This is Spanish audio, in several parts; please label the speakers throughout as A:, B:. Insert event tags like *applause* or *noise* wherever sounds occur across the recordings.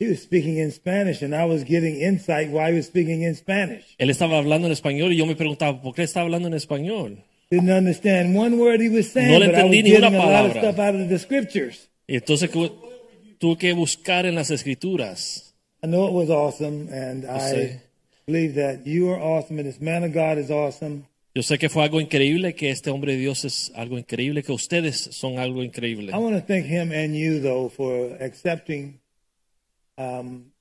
A: He was speaking in Spanish, and I was getting insight why he was speaking in Spanish.
B: Él estaba hablando en español y yo me preguntaba por qué está hablando en español.
A: Didn't understand one word he was saying,
B: No le
A: but I was
B: entendí ni una
A: getting a lot of
B: palabra.
A: stuff out of the scriptures.
B: Y entonces cu- tuve que buscar en las escrituras.
A: I know it was awesome, and I
B: sé.
A: believe that you are awesome, and this man of God is awesome.
B: Yo sé que fue algo increíble, que este hombre de Dios es algo increíble, que ustedes son algo increíble.
A: I want to thank him and you, though, for accepting um,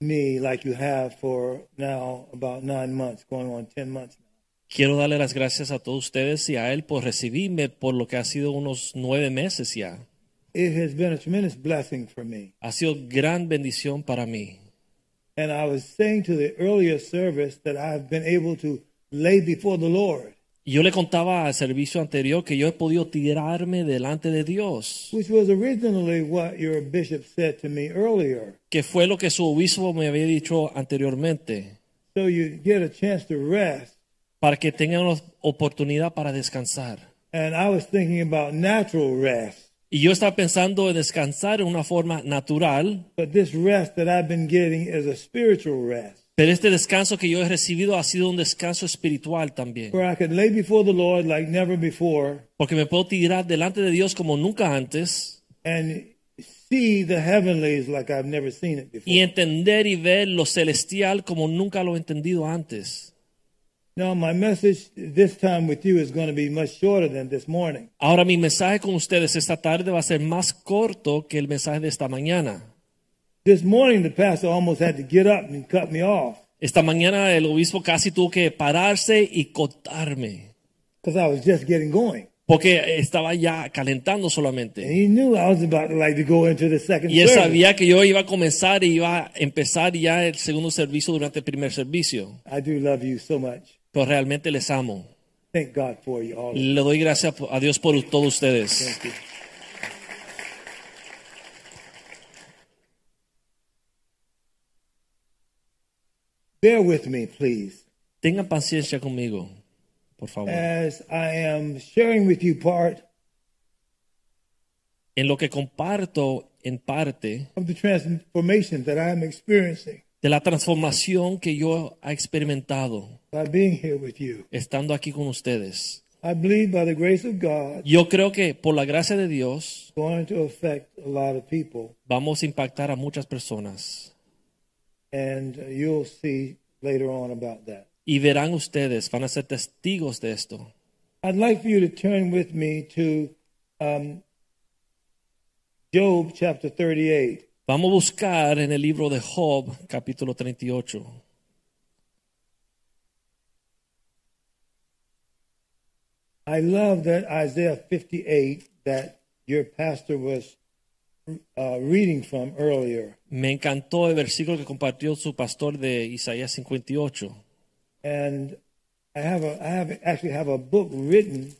A: me like you have for now about nine months, going on ten months.
B: Quiero darle las gracias a todos ustedes y a él por recibirme por lo que ha sido unos nueve meses ya.
A: It has been a tremendous blessing for me.
B: Ha sido gran bendición para mí.
A: And I was saying to the earlier service that I've been able to lay before the Lord,
B: Y Yo le contaba al servicio anterior que yo he podido tirarme delante de Dios,
A: which was originally what your bishop said to me earlier.
B: que fue lo que su obispo me había dicho anteriormente.
A: So you get a chance to rest.
B: para que tengan una oportunidad para descansar.
A: And I was thinking about natural rest.
B: Y yo estaba pensando en descansar en una forma natural,
A: But this rest that I've been getting is a spiritual rest
B: pero este descanso que yo he recibido ha sido un descanso espiritual también,
A: where I could lay before the Lord like never before
B: porque me puedo tirar delante de Dios como nunca antes
A: and see the heavenlies like I've never seen it before.
B: y entender y ver lo celestial como nunca lo he entendido antes.
A: Now, my message this time with you is going to be much shorter than this morning.
B: Ahora mi mensaje con ustedes esta tarde va a ser más corto que el mensaje de esta mañana.
A: This morning, the pastor almost had to get up and cut me off
B: Esta mañana el obispo casi tuvo que pararse y cortarme,
A: because I was just getting going.
B: porque estaba ya calentando solamente.
A: And he knew I was about to like to go into the second
B: Y él
A: service.
B: sabía que yo iba a comenzar y iba a empezar ya el segundo servicio durante el primer servicio.
A: I do love you so much.
B: Pero realmente les amo.
A: Thank God for you all.
B: Le doy gracias a Dios por todos ustedes.
A: Thank you. Bear with me, please,
B: Tengan paciencia conmigo, por favor.
A: as I am sharing with you part
B: En lo que comparto en parte
A: of the transformation that I am experiencing
B: de la transformación que yo he experimentado
A: by being here with you.
B: estando aquí con ustedes.
A: I believe by the grace of God,
B: Yo creo que por la gracia de Dios
A: it's going to affect a lot of people.
B: vamos a impactar a muchas personas.
A: And you'll see later on about that.
B: Y verán ustedes, van a ser testigos de esto.
A: I'd like for you to turn with me to um, Job chapter 38.
B: Vamos a buscar en el libro de Job, capítulo 38.
A: I love that Isaiah 58 that your pastor was uh, reading from earlier.
B: Me encantó el versículo que compartió su pastor de Isaías 58.
A: And I have, a, I have actually have a book written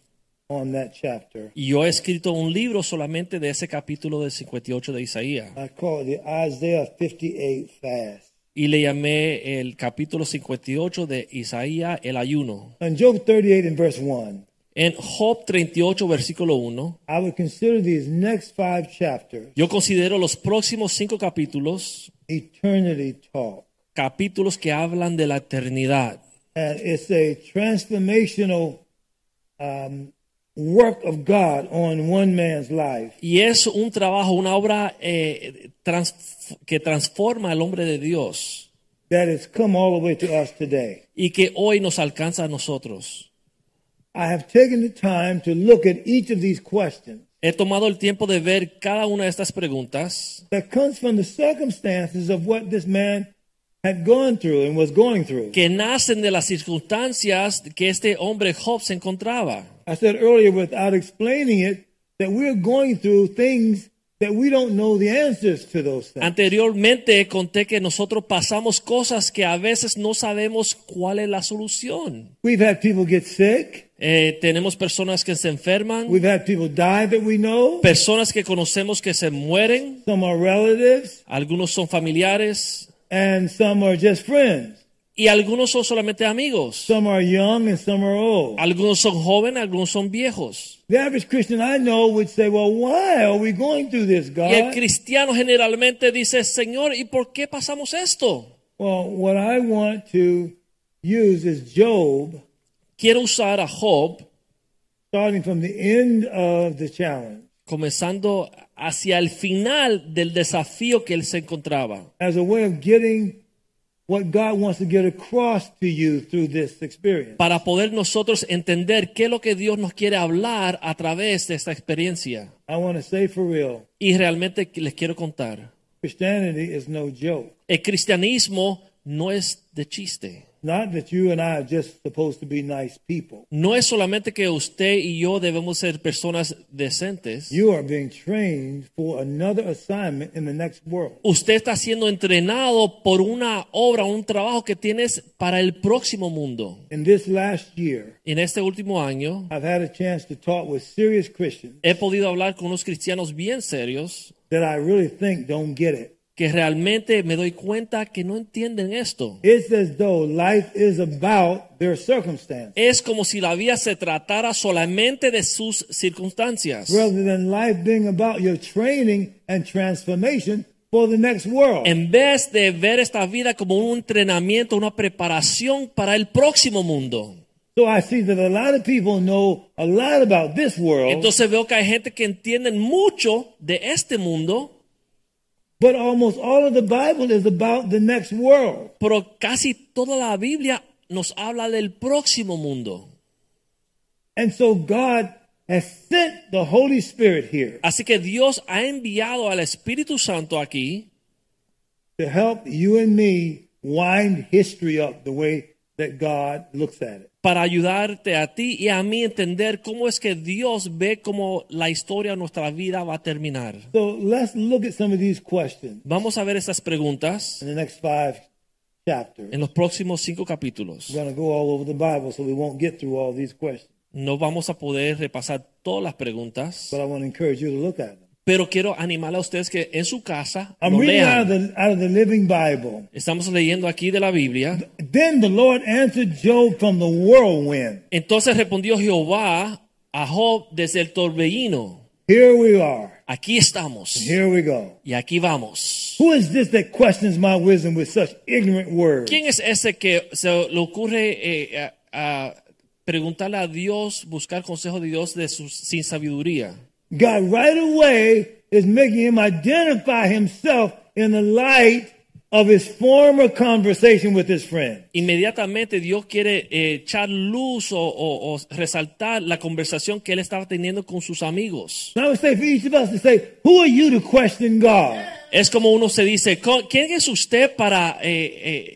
A: on that chapter.
B: Y yo he escrito un libro solamente de ese capítulo del 58 de Isaías.
A: I call it the Isaiah 58 Fast.
B: Y le llamé el capítulo 58 de Isaías el ayuno.
A: In Job 38 and verse 1,
B: En Job 38, versículo 1,
A: I would consider these next five chapters
B: yo considero los próximos cinco capítulos,
A: eternity talk.
B: capítulos que hablan de la eternidad.
A: And Uh, it's a transformational um, work of God on one man's life.
B: Y es un trabajo, una obra eh, trans- que transforma al hombre de Dios
A: that has come all the way to us today.
B: y que hoy nos alcanza a nosotros.
A: I have taken the time to look at each of these questions
B: He tomado el tiempo de ver cada una de estas preguntas
A: that comes from the circumstances of what this man had gone through and was going through.
B: que nacen de las circunstancias que este hombre Job se encontraba.
A: I said earlier without explaining it that we're going through things that we don't know the answers to those things.
B: Anteriormente conté que nosotros pasamos cosas que a veces no sabemos cuál es la solución.
A: We've had people get sick.
B: Eh, tenemos personas que se enferman,
A: We've had people die that we know.
B: personas que conocemos que se mueren,
A: Some are relatives,
B: algunos son familiares
A: and some are just friends.
B: y algunos son solamente amigos.
A: Some are young and some are old.
B: Algunos son jóvenes, algunos son viejos.
A: The average Christian I know would say, Well, why are we going through this,
B: Y el
A: God?
B: cristiano generalmente dice, Señor, ¿y por qué pasamos esto?
A: Well, what I want to use is Job,
B: Quiero usar a Job
A: starting from the end of the challenge,
B: comenzando hacia el final del desafío que él se encontraba,
A: as a way of getting what God wants to get across to you through this experience.
B: para poder nosotros entender qué es lo que Dios nos quiere hablar a través de esta experiencia.
A: I want to say for real
B: Y realmente les quiero contar,
A: Christianity is no joke.
B: el cristianismo no es de chiste.
A: Not that you and I are just supposed to be nice people.
B: No es solamente que usted y yo debemos ser personas decentes.
A: You are being trained for another assignment in the next world.
B: Usted está siendo entrenado por una obra, un trabajo que tienes para el próximo mundo.
A: In this last year,
B: En este último año
A: I've had a chance to talk with serious Christians
B: he podido hablar con unos cristianos bien serios
A: that I really think don't get it.
B: que realmente me doy cuenta que no entienden esto.
A: It's as though life is about their circumstance
B: Es como si la vida se tratara solamente de sus circunstancias,
A: rather than life being about your training and transformation for the next world.
B: en vez de ver esta vida como un entrenamiento, una preparación para el próximo mundo.
A: So I see that a lot of people know a lot about this world,
B: Entonces veo que hay gente que entiende mucho de este mundo,
A: but almost all of the Bible is about the next world.
B: Pero casi toda la Biblia nos habla del próximo mundo.
A: And so God has sent the Holy Spirit here
B: Así que Dios ha enviado al Espíritu Santo aquí
A: to help you and me wind history up the way that God looks at it.
B: para ayudarte a ti y a mí a entender cómo es que Dios ve cómo la historia de nuestra vida va a terminar.
A: So let's look at some of these questions
B: Vamos a ver estas preguntas
A: in the next five chapters.
B: en los próximos cinco capítulos.
A: We're going to go all over the Bible, so we won't get through all these questions.
B: No vamos a poder repasar todas las preguntas,
A: But I want to encourage you to look at them.
B: pero quiero animar a ustedes que en su casa
A: I'm
B: lo
A: reading out of,
B: lean.
A: the, out of the Living Bible.
B: Estamos leyendo aquí de la Biblia.
A: Then the Lord answered Job from the whirlwind.
B: Entonces respondió Jehová a Job desde el torbellino.
A: Here we are.
B: Aquí estamos
A: Here we go.
B: y aquí vamos.
A: Who is this that questions my wisdom with such ignorant words?
B: ¿Quién es ese que se le ocurre eh, a, a preguntarle a Dios, buscar consejo de Dios de su, sin sabiduría?
A: God right away is making him identify himself in the light of his former conversation with his friend.
B: Inmediatamente Dios quiere eh, echar luz o, o- o resaltar la conversación que él estaba teniendo con sus amigos.
A: And I would say for each of us to say, who are you to question God?
B: Es como uno se dice, "Co- ¿quién es usted para eh,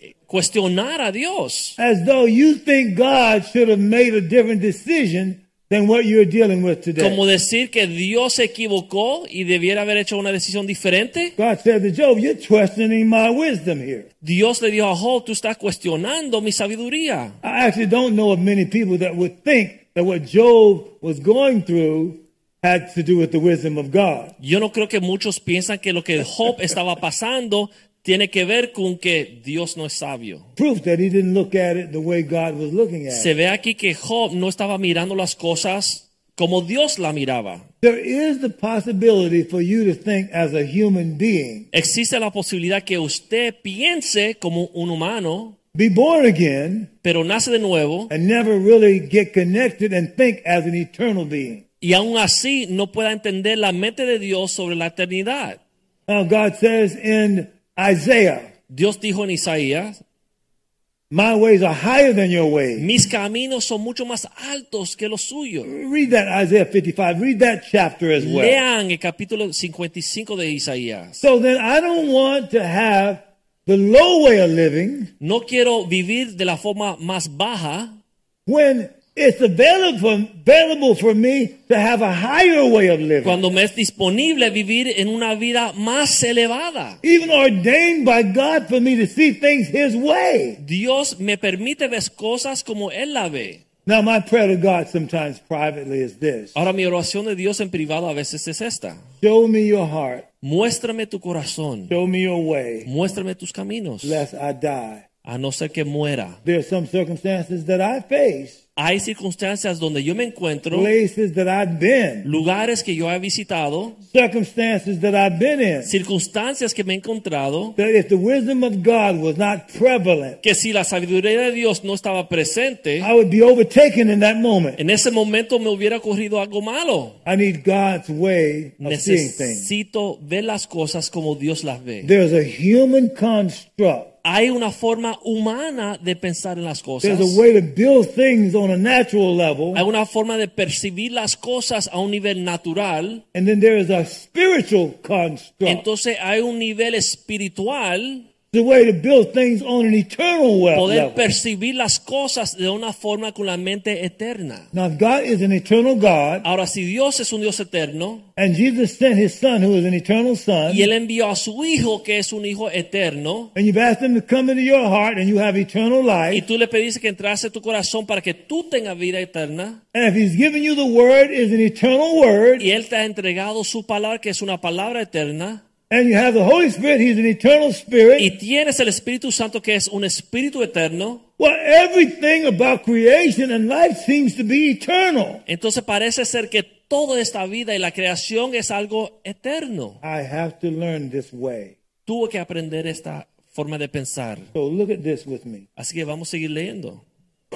B: eh, cuestionar a Dios?
A: As though you think God should have made a different decision than what you're dealing with
B: Como
A: today.
B: decir que Dios se equivocó y debiera haber hecho una decisión diferente.
A: God said to Job, you're questioning my wisdom here.
B: Dios le dijo a Job, tú estás cuestionando mi sabiduría.
A: I actually don't know of many people that would think that what Job was going through had to do with the wisdom of God.
B: Yo no creo que muchos piensan que lo que Job estaba pasando tiene que ver con que Dios no es sabio.
A: proof that he didn't look at it the way God was looking at
B: Se
A: it.
B: ve aquí que Job no estaba mirando las cosas como Dios la miraba.
A: There is the possibility for you to think as a human being,
B: Existe la posibilidad que usted piense como un humano,
A: be born again,
B: pero nace de nuevo
A: and never really get connected and think as an eternal being.
B: y aún así no pueda entender la mente de Dios sobre la eternidad.
A: Now, God says in Isaiah,
B: Dios dijo en Isaías,
A: My ways are higher than your ways.
B: mis caminos son mucho más altos que los suyos.
A: Read that Isaiah 55, read that chapter as well.
B: Lean el capítulo 55 de Isaías.
A: So then, I don't want to have the low way of living
B: No quiero vivir de la forma más baja
A: when It's available for, available for me to have a higher way of living,
B: cuando me es disponible vivir en una vida más elevada.
A: even ordained by God for me to see things His way.
B: Dios me permite ver cosas como Él la ve.
A: Now, my prayer to God sometimes privately is this
B: Ahora mi oración de Dios en privado a veces es esta.
A: Show me your heart,
B: Muéstrame tu corazón,
A: show me your way,
B: muéstrame tus caminos,
A: lest I die.
B: a no ser que muera.
A: There are some circumstances that I face,
B: Hay circunstancias donde yo me encuentro,
A: places that I've been,
B: lugares que yo he visitado,
A: circumstances that I've been in.
B: circunstancias que me he encontrado,
A: That if the wisdom of God was not prevalent,
B: que si la sabiduría de Dios no estaba presente,
A: I would be overtaken in that moment.
B: en ese momento me hubiera ocurrido algo malo.
A: I need God's way of seeing things.
B: Necesito ver las cosas como Dios las ve.
A: There's a human construct.
B: Hay una forma humana de pensar en las cosas.
A: There's a way to build things on a natural
B: Hay
A: level,
B: una forma de percibir las cosas a un nivel natural.
A: and then there is a spiritual construct.
B: Entonces hay un nivel espiritual,
A: It's a way to build things on an eternal we-
B: poder
A: level.
B: percibir las cosas de una forma con la mente eterna.
A: Now, if God is an eternal God,
B: Ahora, si Dios es un Dios eterno
A: and Jesus sent His Son, who is an eternal Son,
B: y Él envió a su Hijo, que es un Hijo eterno,
A: and you've asked Him to come into your heart, and you have eternal
B: y
A: life,
B: tú le pediste que entrase a tu corazón para que tú tengas vida eterna,
A: and if He's given you the Word, is an eternal Word,
B: y Él te ha entregado su palabra, que es una palabra eterna,
A: And you have the Holy Spirit, He's an eternal Spirit.
B: y tienes el Espíritu Santo, que es un Espíritu eterno,
A: well, everything about creation and life seems to be eternal.
B: entonces parece ser que toda esta vida y la creación es algo eterno.
A: I have to learn this way.
B: Tuvo que aprender esta forma de pensar.
A: So look at this with me.
B: Así que vamos a seguir leyendo.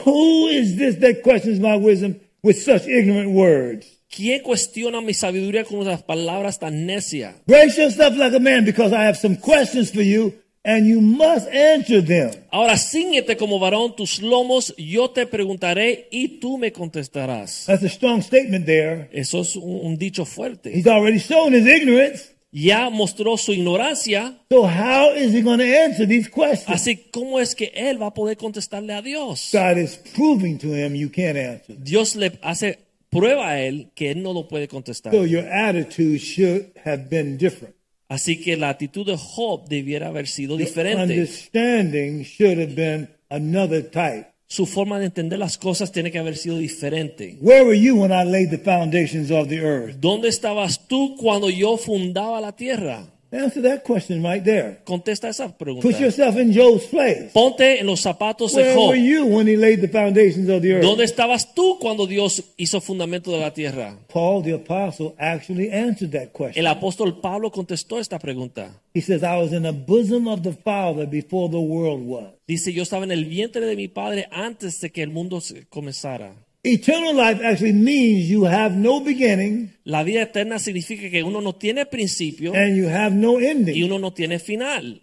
A: Who is this that questions my wisdom with such ignorant words?
B: ¿Quién cuestiona mi sabiduría con unas palabras tan necias?
A: Brace yourself like a man because I have some questions for you and you must answer them.
B: Ahora ciñete como varón tus lomos, yo te preguntaré y tú me contestarás.
A: That's a strong statement there.
B: Eso es un, un dicho fuerte.
A: He's already shown his ignorance.
B: Ya mostró su ignorancia,
A: So how is he going to answer these questions?
B: así cómo es que él va a poder contestarle a Dios.
A: God is proving to him you can't answer.
B: Dios le hace prueba a él que él no lo puede contestar.
A: So your attitude should have been different.
B: Así que la actitud de Job debiera haber sido diferente.
A: Understanding should have been another type.
B: Su forma de entender las cosas tiene que haber sido diferente.
A: Where were you when I laid the foundations of the earth?
B: ¿Dónde estabas tú cuando yo fundaba la tierra?
A: Answer that question right there.
B: Contesta esa pregunta.
A: Put yourself in Job's place.
B: Ponte en los zapatos de
A: Where
B: Job.
A: were you when he laid the foundations of the
B: ¿Dónde
A: earth?
B: estabas tú cuando Dios hizo fundamento de la tierra?
A: Paul the apostle actually answered that
B: El
A: question.
B: apóstol Pablo contestó esta pregunta.
A: He says, "I was in the bosom of the Father before the world was."
B: Dice, yo estaba en el vientre de mi padre antes de que el mundo se- comenzara.
A: Eternal life actually means you have no beginning
B: La vida eterna significa que uno no tiene principio
A: and you have no
B: y
A: ending.
B: uno no tiene final.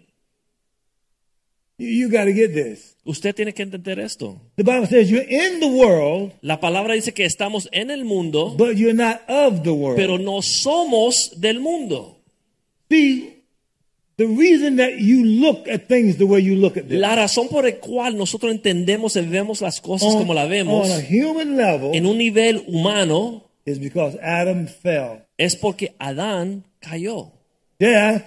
A: You, you got to get this.
B: Usted tiene que entender esto.
A: The Bible says you're in the world,
B: La palabra dice que estamos en el mundo,
A: but you're not of the world.
B: pero no somos del mundo.
A: See, the reason that you look at things the way you look at them
B: La razón por la cual nosotros entendemos y vemos las cosas
A: on,
B: como la vemos
A: on a human level
B: en un nivel humano
A: is because Adam fell.
B: es porque Adán cayó.
A: Death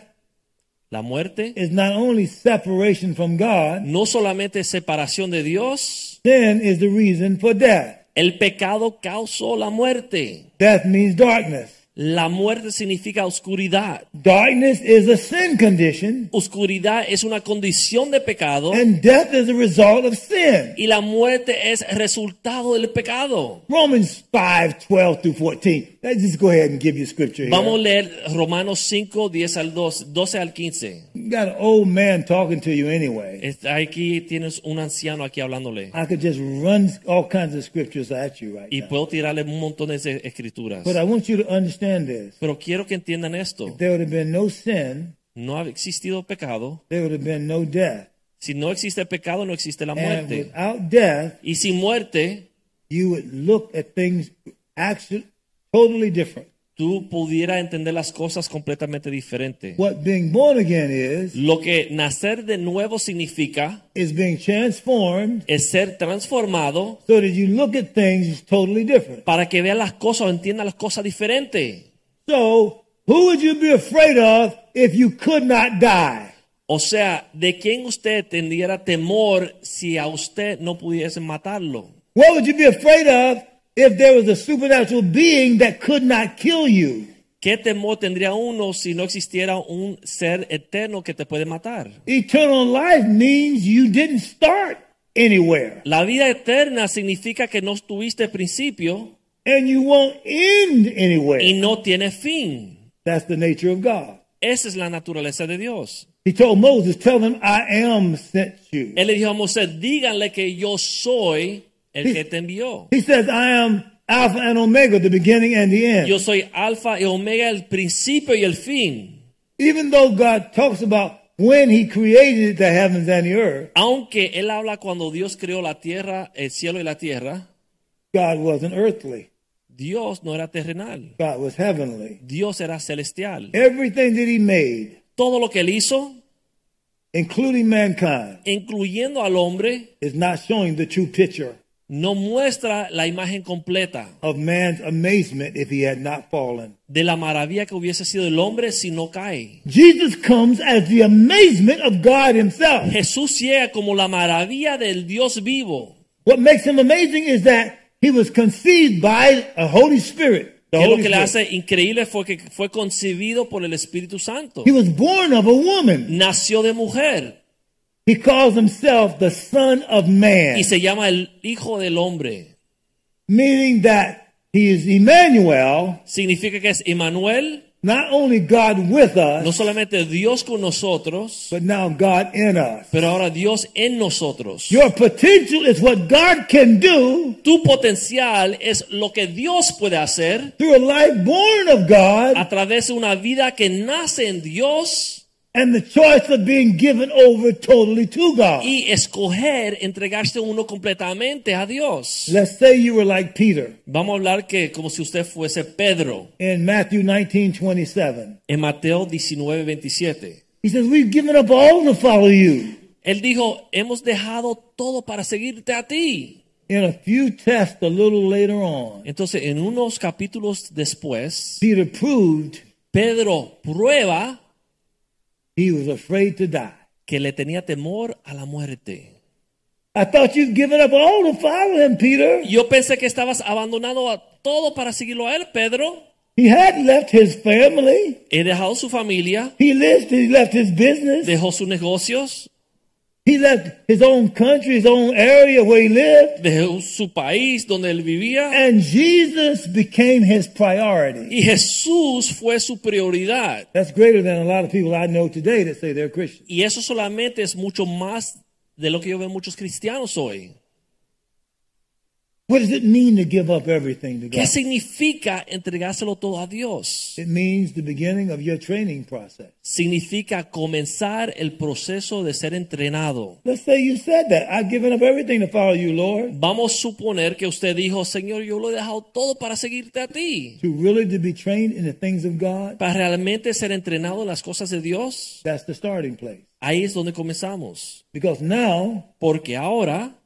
B: La muerte
A: is not only separation from God,
B: no solamente es separación de Dios,
A: sin is the reason for death.
B: el pecado causó la muerte.
A: Death means darkness.
B: La muerte significa oscuridad.
A: Darkness is a sin condition,
B: Oscuridad es una condición de pecado
A: and death is a result of sin.
B: y la muerte es resultado del pecado.
A: Romans 5, 12 through 14. Let's just go ahead and give you scripture here.
B: Vamos a leer Romanos 5, 10 al 2, 12 al 15.
A: You got an old man talking to you anyway.
B: Está Aquí tienes un anciano aquí hablándole.
A: I could just run all kinds of scriptures at you right
B: Y
A: now.
B: puedo tirarle un montón de se- escrituras.
A: But I want you to understand this.
B: Pero quiero que entiendan esto.
A: If there would have been no sin,
B: No ha existido pecado.
A: there would have been no death.
B: Si no existe pecado, no existe la
A: And
B: muerte.
A: without death,
B: Y sin muerte,
A: you would look at things actually totally different.
B: tú tú pudieras entender las cosas completamente diferente.
A: What being born again is,
B: Lo que nacer de nuevo significa
A: is being transformed
B: es ser transformado
A: so that you look at things totally different.
B: para que veas las cosas o entiendas las cosas diferente.
A: So, who would you be afraid of if you could not die?
B: O sea, ¿de quién usted tendría temor si a usted no pudiesen matarlo?
A: What would you be afraid of if there was a supernatural being that could not kill you?
B: ¿Qué temor tendría uno si no existiera un ser eterno que te puede matar?
A: Eternal life means you didn't start anywhere
B: La vida eterna significa que no estuviste al principio
A: and you won't end
B: y
A: anywhere.
B: no tiene fin.
A: That's the nature of God.
B: Esa es la naturaleza de Dios.
A: He told Moses, Tell them, I am sent you.
B: Él le dijo a Moisés, díganle que yo soy el que te envió.
A: He says, I am Alpha and Omega, the beginning and the end.
B: Yo soy alfa y omega, el principio y el fin.
A: Even though God talks about when He created the heavens and the earth,
B: Aunque él habla cuando Dios creó la tierra, el cielo y la tierra,
A: God wasn't earthly,
B: Dios no era terrenal.
A: God was heavenly.
B: Dios era celestial.
A: Everything that He made,
B: Todo lo que él hizo,
A: including mankind,
B: incluyendo al hombre,
A: is not showing the true picture
B: no muestra la imagen completa
A: of man's amazement if he had not fallen.
B: de la maravilla que hubiese sido el hombre si no cae.
A: Jesus comes as the amazement of God Himself.
B: Jesús llega como la maravilla del Dios vivo.
A: What makes Him amazing is that He was conceived by a Holy Spirit. The
B: Que lo
A: Holy
B: que le
A: Spirit.
B: hace increíble fue que fue concebido por el Espíritu Santo.
A: He was born of a woman.
B: Nació de mujer
A: He calls himself the Son of Man,
B: y se llama el Hijo del Hombre.
A: meaning that he is Emmanuel,
B: Significa que es Emmanuel,
A: not only God with
B: no
A: us,
B: solamente Dios con nosotros,
A: but now God in us.
B: pero ahora Dios en nosotros.
A: Your potential is what God can do
B: Tu potencial es lo que Dios puede hacer
A: through a life born of God
B: a través de una vida que nace en Dios
A: and the choice of being given over totally to God.
B: y escoger entregarse uno completamente a Dios.
A: Let's say you were like Peter
B: Vamos a hablar que como si usted fuese Pedro
A: in Matthew 19 27.
B: en Mateo 19, 27.
A: He says, We've given up all to follow you.
B: Él dijo, hemos dejado todo para seguirte a ti.
A: In a few tests a little later on,
B: Entonces, en unos capítulos después,
A: Peter proved
B: Pedro prueba
A: He was afraid to die.
B: que le tenía temor a la muerte.
A: I thought you'd given up all to follow him, Peter.
B: Yo pensé que estabas abandonado a todo para seguirlo a él, Pedro.
A: He had left his family.
B: He dejado su familia,
A: He left, he left his business.
B: dejó sus negocios,
A: He left his own country, his own area where he lived.
B: dejó su país donde él vivía.
A: And Jesus became his priority.
B: Y Jesús fue su prioridad.
A: That's greater than a lot of people I know today that say they're Christians.
B: Y eso solamente es mucho más de lo que yo veo en muchos cristianos hoy.
A: What does it mean to give up everything to
B: ¿Qué
A: God?
B: significa entregárselo todo a Dios?
A: It means the beginning of your training process.
B: Significa comenzar el proceso de ser entrenado.
A: Let's say you said that. I've given up everything to follow you, Lord.
B: Vamos a suponer que usted dijo, Señor, yo lo he dejado todo para seguirte a ti.
A: To really to be trained in the things of God,
B: Para realmente ser entrenado en las cosas de Dios,
A: that's the starting place.
B: ahí es donde comenzamos.
A: Because now
B: Porque ahora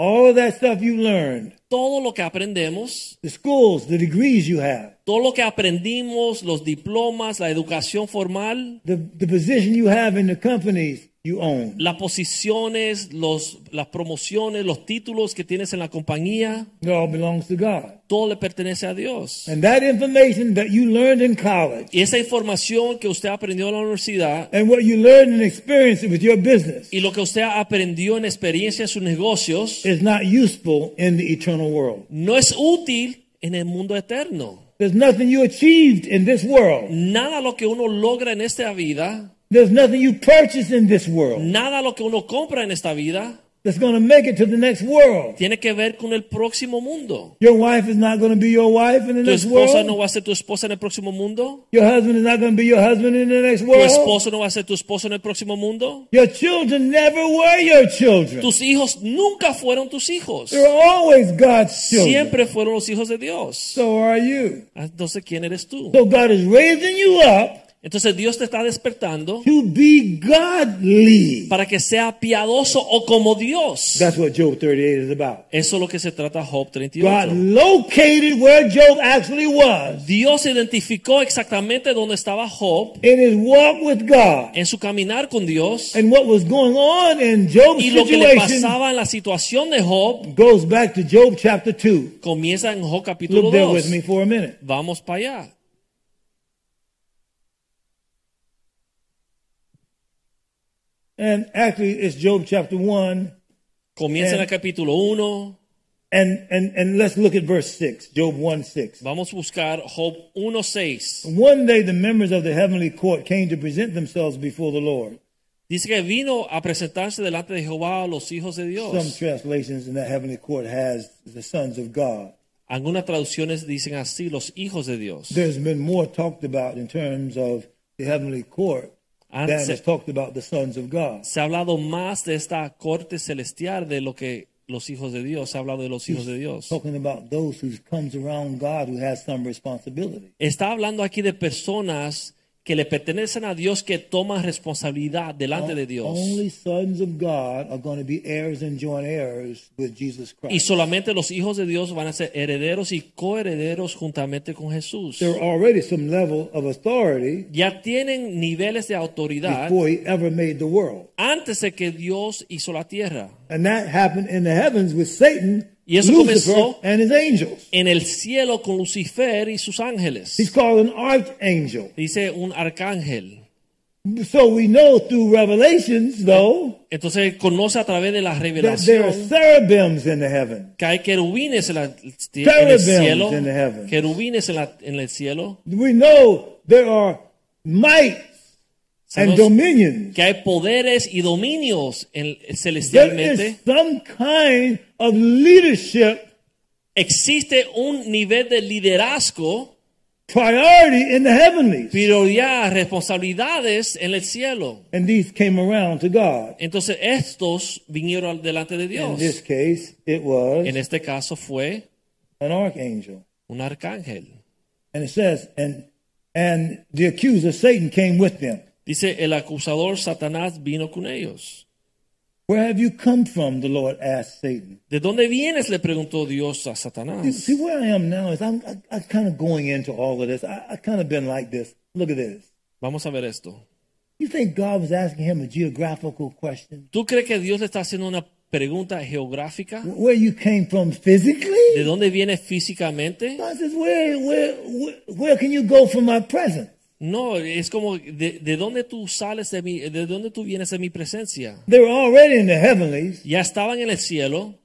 A: All of that stuff you learned,
B: todo lo que aprendemos,
A: the schools, the degrees you have,
B: todo lo que aprendimos, los diplomas, la educación formal,
A: the, the position you have in the companies you own.
B: las posiciones, los, las promociones, los títulos que tienes en la compañía,
A: It all belongs to God.
B: todo le pertenece a Dios.
A: And that information that you learned in college
B: Y esa información que usted aprendió en la universidad
A: and what you learned and experienced with your business
B: y lo que usted aprendió en experiencia en sus negocios
A: is not useful in the eternal world.
B: no es útil en el mundo eterno.
A: There's nothing you achieved in this world.
B: Nada lo que uno logra en esta vida,
A: There's nothing you purchased in this world.
B: nada lo que uno compra en esta vida,
A: that's going to make it to the next world.
B: Tiene que ver con el próximo mundo.
A: Your wife is not going to be your wife in the
B: Tu
A: next
B: esposa no
A: world.
B: va a ser tu esposa en el próximo mundo.
A: Your husband is not going to be your husband in the next
B: Tu
A: world.
B: esposo no va a ser tu esposo en el próximo mundo.
A: Your children never were your children.
B: Tus hijos nunca fueron tus hijos.
A: They're always God's children.
B: Siempre fueron los hijos de Dios.
A: So are you.
B: Entonces, ¿quién eres tú?
A: So God is raising you up
B: Entonces, Dios te está despertando
A: to be godly.
B: para que sea piadoso o como Dios.
A: That's what Job 38 is about.
B: Eso es lo que se trata Job
A: God
B: 38.
A: located where Job actually was
B: Dios identificó exactamente dónde estaba Job
A: in his walk with God
B: en su caminar con Dios
A: and what was going on in Job's
B: y lo que le
A: situation
B: pasaba en la situación de Job
A: goes back to Job chapter 2.
B: comienza en Job capítulo
A: Look there with me
B: 2.
A: for a minute.
B: Vamos para allá.
A: And actually, it's Job chapter 1.
B: Comienza en el capítulo 1.
A: And, and, and let's look at verse 6, Job 1 6.
B: Vamos a buscar Job 1.6.
A: One day the members of the heavenly court came to present themselves before the Lord.
B: Dice que vino a presentarse delante de Jehová a los hijos de
A: Some
B: Dios.
A: translations in the heavenly court has the sons of God.
B: Algunas traducciones dicen así, los hijos de Dios.
A: There's been more talked about in terms of the heavenly court than
B: Antes-
A: is talked about the sons of God.
B: Se ha hablado más de esta corte celestial de lo que los hijos de Dios. Se ha hablado de los hijos de Dios.
A: Talking about those who comes around God who has some responsibility.
B: Está hablando aquí de personas que le pertenecen a Dios, que toman responsabilidad delante de Dios.
A: Only sons of God are going to be heirs and joint heirs with Jesus
B: Y
A: Christ.
B: solamente los hijos de Dios van a ser herederos y coherederos juntamente con Jesús.
A: They're already some level of authority
B: Ya tienen niveles de autoridad
A: before he ever made the world.
B: antes de que Dios hizo la tierra.
A: And that happened in the heavens with Satan,
B: Y eso
A: Lucifer,
B: comenzó-
A: and his angels.
B: En el cielo con Lucifer y sus
A: He's
B: ángeles.
A: called an archangel.
B: Dice un arcángel.
A: So we know through revelations, though,
B: Entonces conoce a través de la
A: that there are
B: revelación
A: cherubims in the heaven.
B: que hay querubines en, la- en el cielo.
A: in the heavens.
B: Querubines en, la- en el cielo.
A: We know there are mights and
B: Sabemos
A: dominions.
B: que hay poderes y dominios en-
A: There
B: celestialmente.
A: is some kind of leadership
B: existe un nivel de liderazgo,
A: priority in the heavenlies.
B: prioridad, responsabilidades en el cielo.
A: And these came around to God.
B: Entonces estos vinieron al- delante de
A: In
B: Dios.
A: this case, it was
B: En este caso fue
A: an archangel.
B: un arcángel.
A: And it says, and and the accuser Satan came with them.
B: Dice, el acusador Satanás vino con ellos.
A: Where have you come from? The Lord asked Satan.
B: ¿De dónde vienes? le preguntó Dios a
A: See,
B: Satanás.
A: see where I am now is I'm I, I kind of going into all of this. I, I kind of been like this. Look at this.
B: Vamos a ver esto.
A: You think God was asking him a geographical question?
B: ¿Tú crees que Dios le está haciendo una pregunta geográfica?
A: Where you came from
B: ¿De
A: physically?
B: dónde vienes físicamente?
A: God says, where, where, where, where can you go from my presence?
B: No, es como, ¿de, de dónde tú sales de mi, de dónde tú vienes de mi presencia?
A: They're already in the heavenlies.
B: ya estaban en el cielo,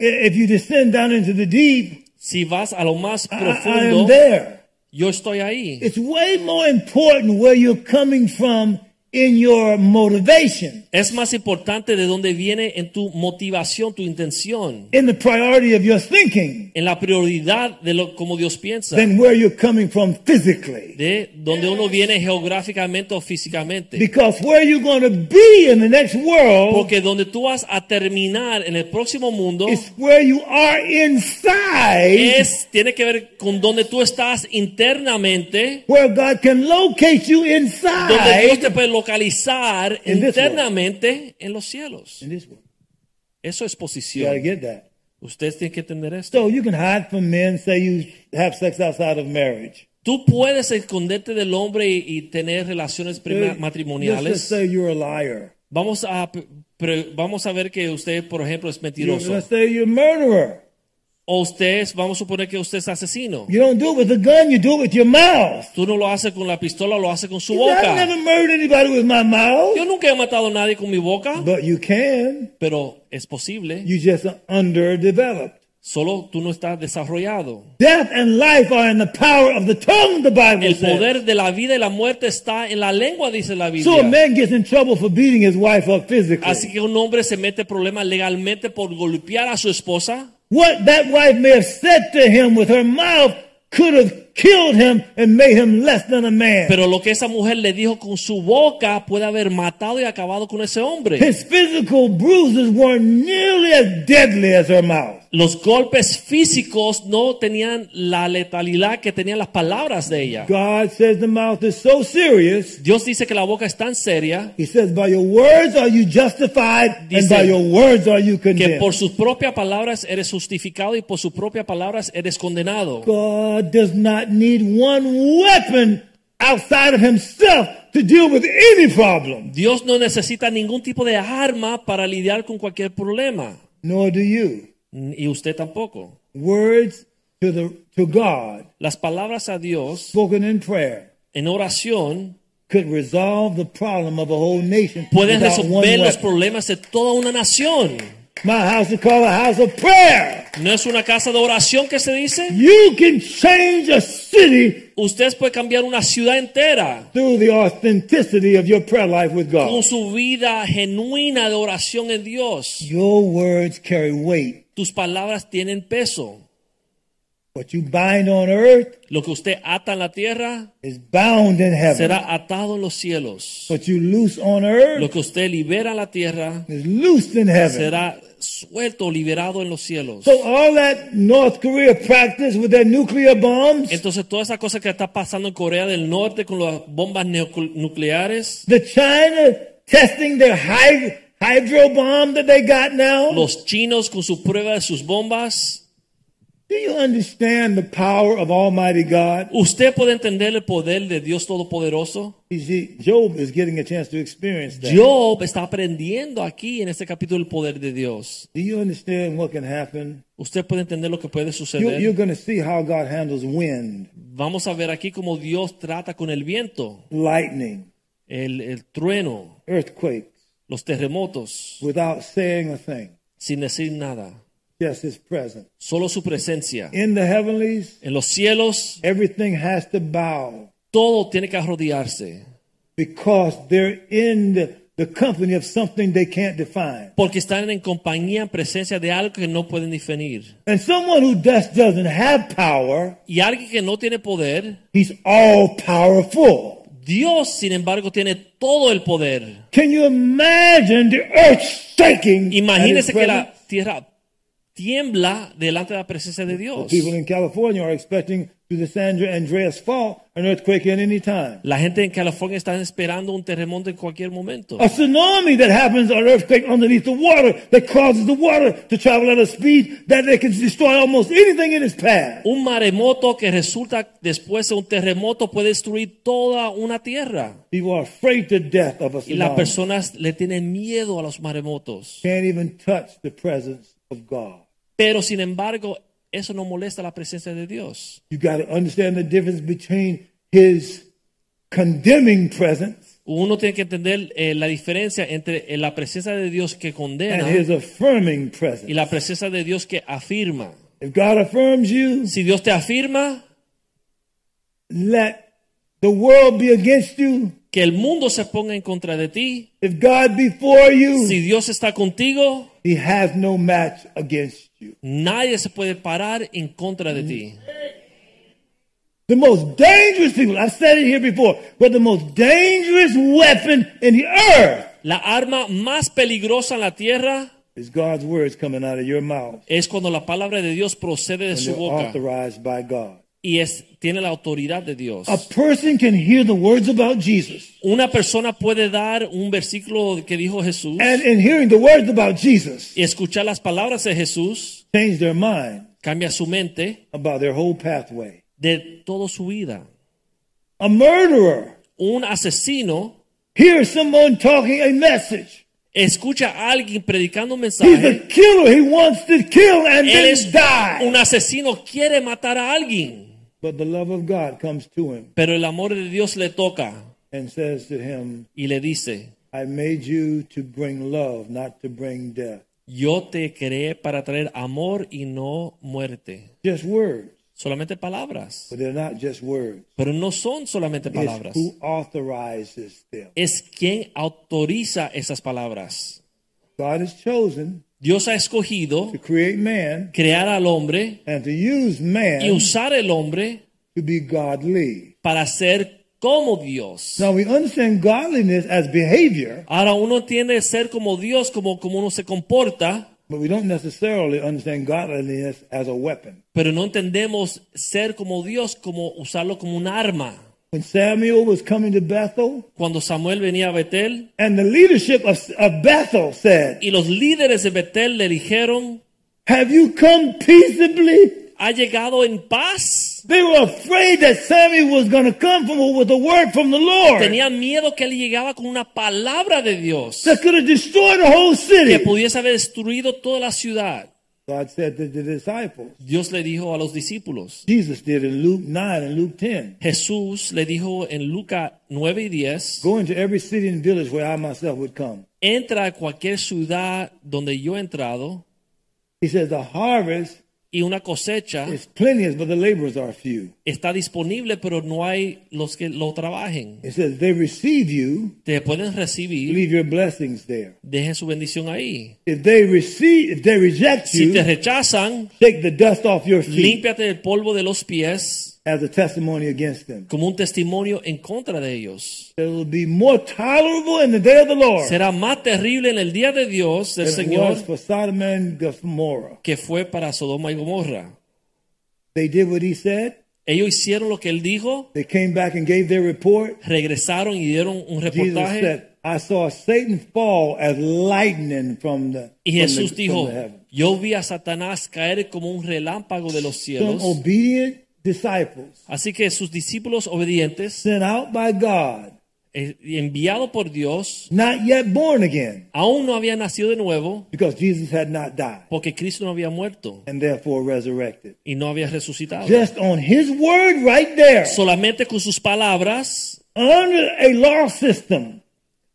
A: I- If you descend down into the deep,
B: si vas a lo más
A: I, I am
B: profundo,
A: there.
B: yo estoy ahí.
A: It's way more important where you're coming from in your motivation,
B: Es más importante de dónde viene en tu motivación, tu intención,
A: in the priority of your thinking,
B: en la prioridad de lo como Dios piensa,
A: than where you're coming from physically.
B: de donde uno viene geográficamente o físicamente.
A: Because where you're going to be in the next world
B: Porque donde tú vas a terminar en el próximo mundo
A: is where you are inside,
B: es tiene que ver con donde tú estás internamente,
A: where God can locate you Ah,
B: donde Dios
A: inside.
B: te puede localizar
A: In this world.
B: internamente en los cielos.
A: In this world,
B: Eso es
A: you got to
B: posición.
A: get that.
B: Ustedes tienen que entender esto.
A: So you can hide from men, say you have sex outside of marriage.
B: Tú puedes esconderte del hombre y, y tener relaciones prima-
A: Let's just
B: matrimoniales.
A: say you're a liar.
B: Vamos a, p- pre- vamos a ver que usted, por ejemplo, es
A: You-
B: mentiroso.
A: Let's say you're a murderer.
B: O usted, es- vamos a suponer que usted es asesino.
A: You don't do it with a gun, you do it with your mouth.
B: Tú no lo haces con la pistola, lo haces con su
A: I've
B: boca.
A: never murdered anybody with my mouth.
B: Yo nunca he matado a nadie con mi boca,
A: But you can.
B: pero es posible.
A: You just are underdeveloped.
B: Solo tú no estás desarrollado.
A: Death and life are in the power of the tongue, the Bible
B: El
A: says.
B: poder de la vida y la muerte está en la lengua, dice la
A: So a
B: Biblia.
A: man gets in trouble for beating his wife up
B: Así
A: physically.
B: que un hombre se mete problemas legalmente por golpear a su esposa.
A: What that wife may have said to him with her mouth could have killed him and made him less than a man.
B: Pero lo que esa mujer le dijo con su boca puede haber matado y acabado con ese hombre.
A: His physical bruises weren't nearly as deadly as her mouth.
B: Los golpes físicos no tenían la letalidad que tenían las palabras de ella.
A: God says the mouth is so serious.
B: Dios dice que la boca es tan seria
A: He says, by your words are you justified, and
B: Dice
A: by your words are you
B: que
A: condemned.
B: por sus propias palabras eres justificado y por sus propias palabras eres condenado.
A: God does not need one weapon outside of himself to deal with any problem.
B: Dios no necesita ningún tipo de arma para lidiar con cualquier problema.
A: Nor do you.
B: Y usted tampoco.
A: Words to the to God
B: Las palabras a Dios
A: spoken in prayer
B: en oración
A: could resolve the problem of a whole nation
B: pueden
A: without one
B: resolver los
A: weapon.
B: problemas de toda una nación.
A: My house is called a house of prayer.
B: No es una casa de oración que se dice.
A: You can change a city
B: Usted puede cambiar una ciudad entera
A: through the authenticity of your prayer life with
B: con
A: God.
B: su vida genuina de oración en Dios.
A: Your words carry weight.
B: Tus palabras tienen peso.
A: What you bind on earth
B: Lo que usted ata en la tierra
A: is bound in heaven.
B: será atado en los cielos.
A: What you loose on
B: Lo
A: earth
B: que usted libera en la tierra
A: is loosed in heaven.
B: será suelto o liberado en los cielos.
A: So all that North Korea practiced with their nuclear bombs,
B: Entonces, toda esa cosa que está pasando en Corea del Norte con las bombas neocu- nucleares,
A: the China testing their hy- hydro bomb that they got now.
B: los chinos con su prueba de sus bombas,
A: Do you understand the power of Almighty God?
B: ¿usted puede entender el poder de Dios Todopoderoso?
A: You see, Job is getting a chance to experience that.
B: Job está aprendiendo aquí en este capítulo el poder de Dios.
A: Do you understand what can happen?
B: Usted puede entender lo que puede
A: You,
B: suceder.
A: you're going to see how God handles wind,
B: Vamos a ver aquí cómo Dios trata con el viento,
A: lightning,
B: el, el trueno,
A: earthquakes,
B: los terremotos,
A: without saying a thing.
B: sin decir nada,
A: Just His presence.
B: solo su presencia.
A: In the heavenlies,
B: En los cielos,
A: everything has to bow.
B: todo tiene que arrodillarse.
A: because they're in the, the company of something they can't define.
B: porque están en compañía, en presencia de algo que no pueden definir.
A: And someone who just doesn't have power,
B: Y alguien que no tiene poder,
A: he's all powerful.
B: Dios, sin embargo, tiene todo el poder.
A: Can you imagine the earth shaking?
B: Imagínense
A: at his
B: que la
A: presence?
B: tierra tiembla delante de la presencia de Dios.
A: people in California are expecting through the San Andreas Fault an earthquake at any time.
B: La gente en California está esperando un terremoto en cualquier momento.
A: A tsunami that happens, an earthquake underneath the water that causes the water to travel at a speed that they can destroy almost anything in its path.
B: Un maremoto que resulta después de un terremoto puede destruir toda una tierra.
A: People are afraid to death of a
B: Y las
A: tsunami.
B: personas le tienen miedo a los maremotos.
A: can't even touch the presence of God.
B: Pero sin embargo, eso no molesta la presencia de Dios.
A: You got to understand the difference between his condemning presence
B: Uno tiene que entender eh, la diferencia entre eh, la presencia de Dios que
A: and
B: condena
A: his affirming
B: y
A: presence.
B: la presencia de Dios que afirma.
A: If God affirms you,
B: Si Dios te afirma
A: let the world be against you.
B: que el mundo se ponga en contra de ti,
A: If God be for you,
B: si Dios está contigo,
A: he has no match against you.
B: nadie se puede parar en contra de ti.
A: The most dangerous people, I've said it here before, but the most dangerous weapon in the earth
B: La arma más peligrosa en la tierra
A: is God's words coming out of your mouth
B: es cuando la palabra de Dios procede de
A: and
B: su
A: they're
B: boca
A: authorized by God.
B: y es, tiene la autoridad de Dios.
A: A person can hear the words about Jesus.
B: Una persona puede dar un versículo que dijo Jesús
A: And in hearing the words about Jesus,
B: y escuchar las palabras de Jesús,
A: change their mind
B: cambia su mente.
A: about their whole pathway.
B: de toda su vida.
A: A murderer
B: Un asesino
A: hears someone talking a message.
B: escucha a alguien predicando un
A: He's a
B: mensaje.
A: killer. He wants to kill and
B: Él
A: then
B: es
A: die.
B: un asesino, quiere matar a alguien,
A: But the love of God comes to him
B: pero el amor de Dios le toca
A: and says to him,
B: y le dice,
A: I made you to bring love, not to bring death.
B: Yo te creé para traer amor y no muerte.
A: Just words,
B: Solamente palabras.
A: but they're not just words.
B: Pero no son solamente palabras.
A: It's who authorizes them.
B: Es quien autoriza esas palabras.
A: God has chosen
B: Dios ha escogido
A: to create man
B: crear al hombre
A: and to use
B: y
A: man
B: usar el hombre
A: to be godly.
B: para ser como Dios.
A: Now we understand godliness as behavior,
B: Ahora uno entiende ser como Dios, como, como uno se comporta,
A: but we don't necessarily understand godliness as a weapon.
B: pero no entendemos ser como Dios, como usarlo como un arma.
A: When Samuel was coming to Bethel,
B: Cuando Samuel venía a Betel
A: and the leadership of, of Bethel said,
B: y los líderes de Betel le dijeron,
A: Have you come peaceably?
B: ha llegado en paz.
A: They were afraid that Samuel was going to come from, with a word from the Lord
B: Tenían miedo que él llegaba con una palabra de Dios
A: that could have destroyed the whole
B: que
A: city.
B: pudiese haber destruido toda la ciudad.
A: God said to the disciples,
B: Dios le dijo a los discípulos.
A: Jesus did in Luke 9 and Luke 10.
B: Jesús le dijo en Lucas 9 y 10,
A: Go into every city and village where I myself would come.
B: entra a cualquier ciudad donde yo he entrado
A: He says, The harvest
B: y una cosecha
A: is plenteous, but the laborers are few.
B: está disponible, pero no hay los que lo trabajen.
A: It says, They receive you,
B: Te pueden recibir,
A: leave your blessings there.
B: dejen su bendición ahí.
A: If they receive, if they reject
B: Si te
A: you,
B: rechazan,
A: take the dust off your feet
B: límpiate del polvo de los pies
A: as a testimony against them.
B: como un testimonio en contra de ellos.
A: It will be more tolerable in the day of the Lord
B: Será más terrible en el día de Dios del
A: than it was
B: Señor
A: for Sodom and Gomorrah.
B: que fue para Sodoma y Gomorra.
A: They did what he said.
B: Ellos hicieron lo que él dijo,
A: They came back and gave their report.
B: regresaron y dieron un
A: Jesus
B: reportaje.
A: said, I saw Satan fall as lightning from the,
B: Y
A: from the,
B: Jesús
A: from
B: dijo,
A: the heaven.
B: yo vi a Satanás caer como un relámpago de los
A: Some
B: cielos.
A: obedient disciples
B: Así que sus discípulos obedientes,
A: sent out by God,
B: eh, enviados por Dios,
A: not yet born again,
B: aún no habían nacido de nuevo
A: because Jesus had not died
B: porque Cristo no había muerto
A: and therefore resurrected.
B: y no había resucitado.
A: Just on his word right there,
B: Solamente con sus palabras,
A: under a law system,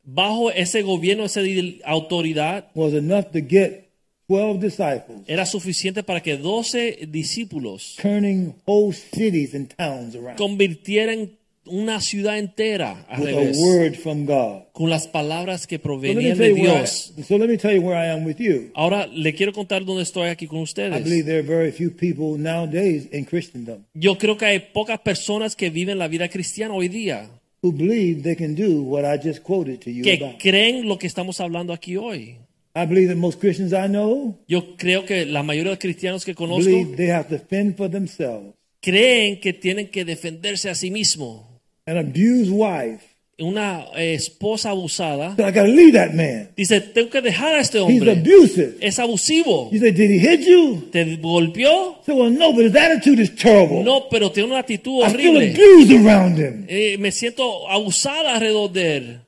B: bajo ese gobierno, esa di- autoridad,
A: was enough to get 12 disciples
B: era suficiente para que 12 discípulos
A: turning whole cities and towns around
B: convirtieran una ciudad entera al
A: with
B: revés,
A: a word from God.
B: con las palabras
A: So let,
B: que
A: me
B: provenían
A: tell
B: de
A: you where I,
B: Dios.
A: so let me tell you where I am with you.
B: Ahora le quiero contar dónde estoy aquí con
A: I believe
B: ustedes.
A: there are very few people nowadays in Christendom
B: Yo creo que hay pocas personas que viven la vida cristiana hoy día
A: who believe they can do what I just quoted to you
B: que
A: about.
B: creen lo que estamos hablando aquí hoy.
A: I believe that most Christians I know
B: Yo creo que la mayoría de los cristianos que conozco
A: believe they have to fend for themselves.
B: creen que tienen que defenderse a sí mismos.
A: An abused wife
B: Una eh, esposa abusada
A: said, I gotta leave that man.
B: dice, tengo que dejar a este
A: He's
B: hombre.
A: abusive.
B: Es abusivo.
A: You say, Did he hit you?
B: ¿Te golpeó?
A: I said, Well, no, but his attitude is terrible.
B: No, pero tiene una actitud
A: I feel
B: horrible.
A: abused around him.
B: Eh, me siento abusada alrededor de él.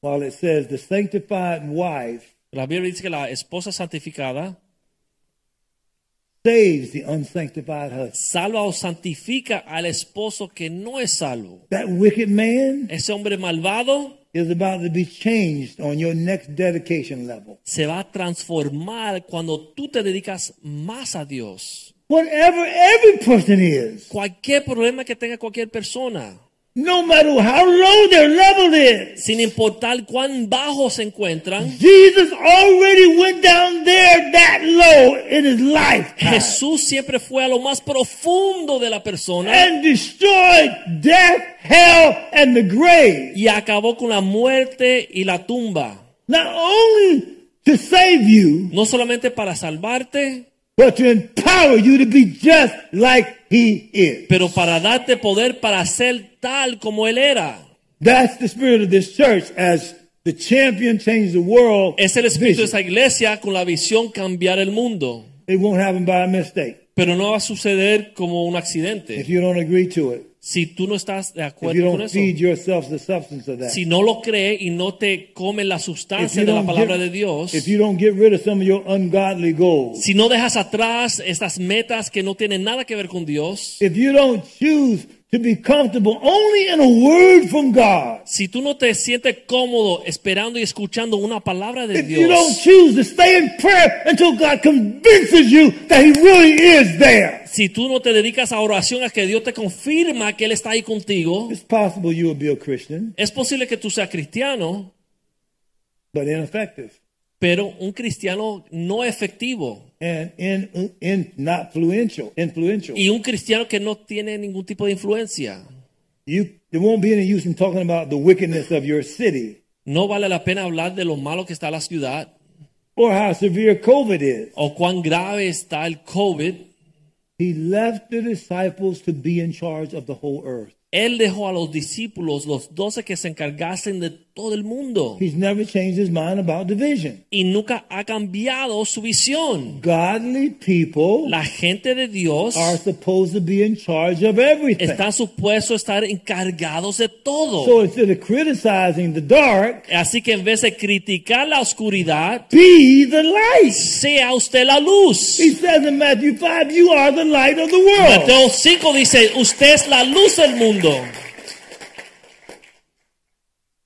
A: While it says the sanctified wife
B: La Biblia dice que la esposa santificada
A: saves the unsanctified husband.
B: salva o santifica al esposo que no es salvo.
A: That wicked man
B: Ese hombre malvado
A: is about to be changed on your next dedication level.
B: se va a transformar cuando tú te dedicas más a Dios.
A: Whatever every person is,
B: Cualquier problema que tenga cualquier persona,
A: no matter how low their level is,
B: sin importar cuán bajo
A: *laughs*
B: se encuentran,
A: Jesus already went down there that low in his lifetime
B: Jesús siempre fue a lo más profundo de la persona
A: and destroyed death, hell, and the grave.
B: y acabó con la muerte y la tumba.
A: Not only to save you,
B: No solamente para salvarte,
A: but to empower you to be just like he is.
B: pero para darte poder para ser tal como Él era.
A: That's the spirit of this church as the champion changed the world.
B: Es el espíritu de
A: vision.
B: esa iglesia con la visión cambiar el mundo.
A: It won't happen by mistake
B: Pero no va a suceder como un
A: if
B: accidente.
A: you don't agree to it.
B: Si tú no estás de
A: If you
B: acuerdo con
A: don't
B: eso,
A: feed yourself the substance of that.
B: si no lo crees y no te comes la
A: if,
B: sustancia
A: you
B: de la
A: don't
B: palabra
A: get,
B: de Dios,
A: if you don't get rid of some of your ungodly goals,
B: si no dejas atrás estas metas que no tienen nada que ver con Dios,
A: if you don't choose to be comfortable only in a word from God.
B: Si tú no te sientes cómodo esperando y escuchando una palabra de
A: If you don't
B: Dios,
A: choose to stay in prayer until God convinces you that He really is there,
B: si tú no te dedicas a oración, a que Dios te confirma que Él está ahí contigo,
A: it's possible you will be a Christian,
B: es posible que tú seas cristiano,
A: but ineffective
B: pero un cristiano no efectivo
A: and in, in not influential. Influential.
B: y un cristiano que no tiene ningún tipo de influencia.
A: You there won't be any use in talking about the wickedness of your city
B: No vale la pena hablar de lo malo que está la ciudad
A: or how severe COVID is.
B: o cuán grave está el COVID.
A: He left the disciples to be in charge of the whole earth.
B: Él dejó a los discípulos, los doce, que se encargasen de todo el mundo.
A: He's never changed his mind about division.
B: Y nunca ha cambiado su visión.
A: Godly people
B: La gente de Dios
A: are supposed to be in charge of everything.
B: están supuestos a estar encargados de
A: So
B: todo.
A: instead of criticizing the dark,
B: Así que en vez de criticar la oscuridad,
A: be the light.
B: sea usted la luz.
A: He says in Matthew 5, you are the light of the world.
B: Mateo 5 dice, usted es la luz del mundo.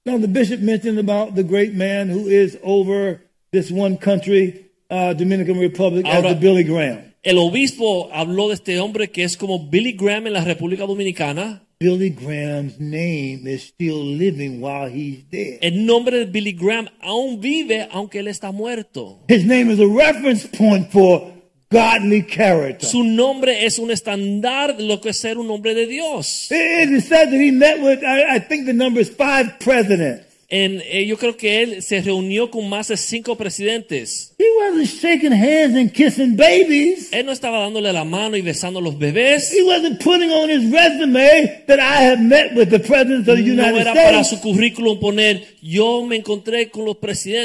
A: Now the bishop mentioned about the great man who is over this one country, uh, Dominican Republic, as
B: Ahora-
A: the Billy Graham.
B: El obispo habló de este hombre que es como Billy Graham en la República Dominicana.
A: Billy Graham's name is still living while he's dead.
B: El nombre de Billy Graham aún vive aunque él está muerto.
A: His name is a reference point for godly character.
B: Su nombre es un estándar de lo que es ser un hombre de Dios.
A: It it is said that he met with, I, I think the number is five presidents.
B: En, eh, yo creo que él se reunió con más de cinco presidentes.
A: He wasn't shaking hands and kissing babies.
B: Él no estaba dándole la mano y besando a los bebés.
A: He wasn't putting on his resume that I have met with the presidents of the
B: No
A: United
B: era para
A: States.
B: su currículum poner, yo me encontré con los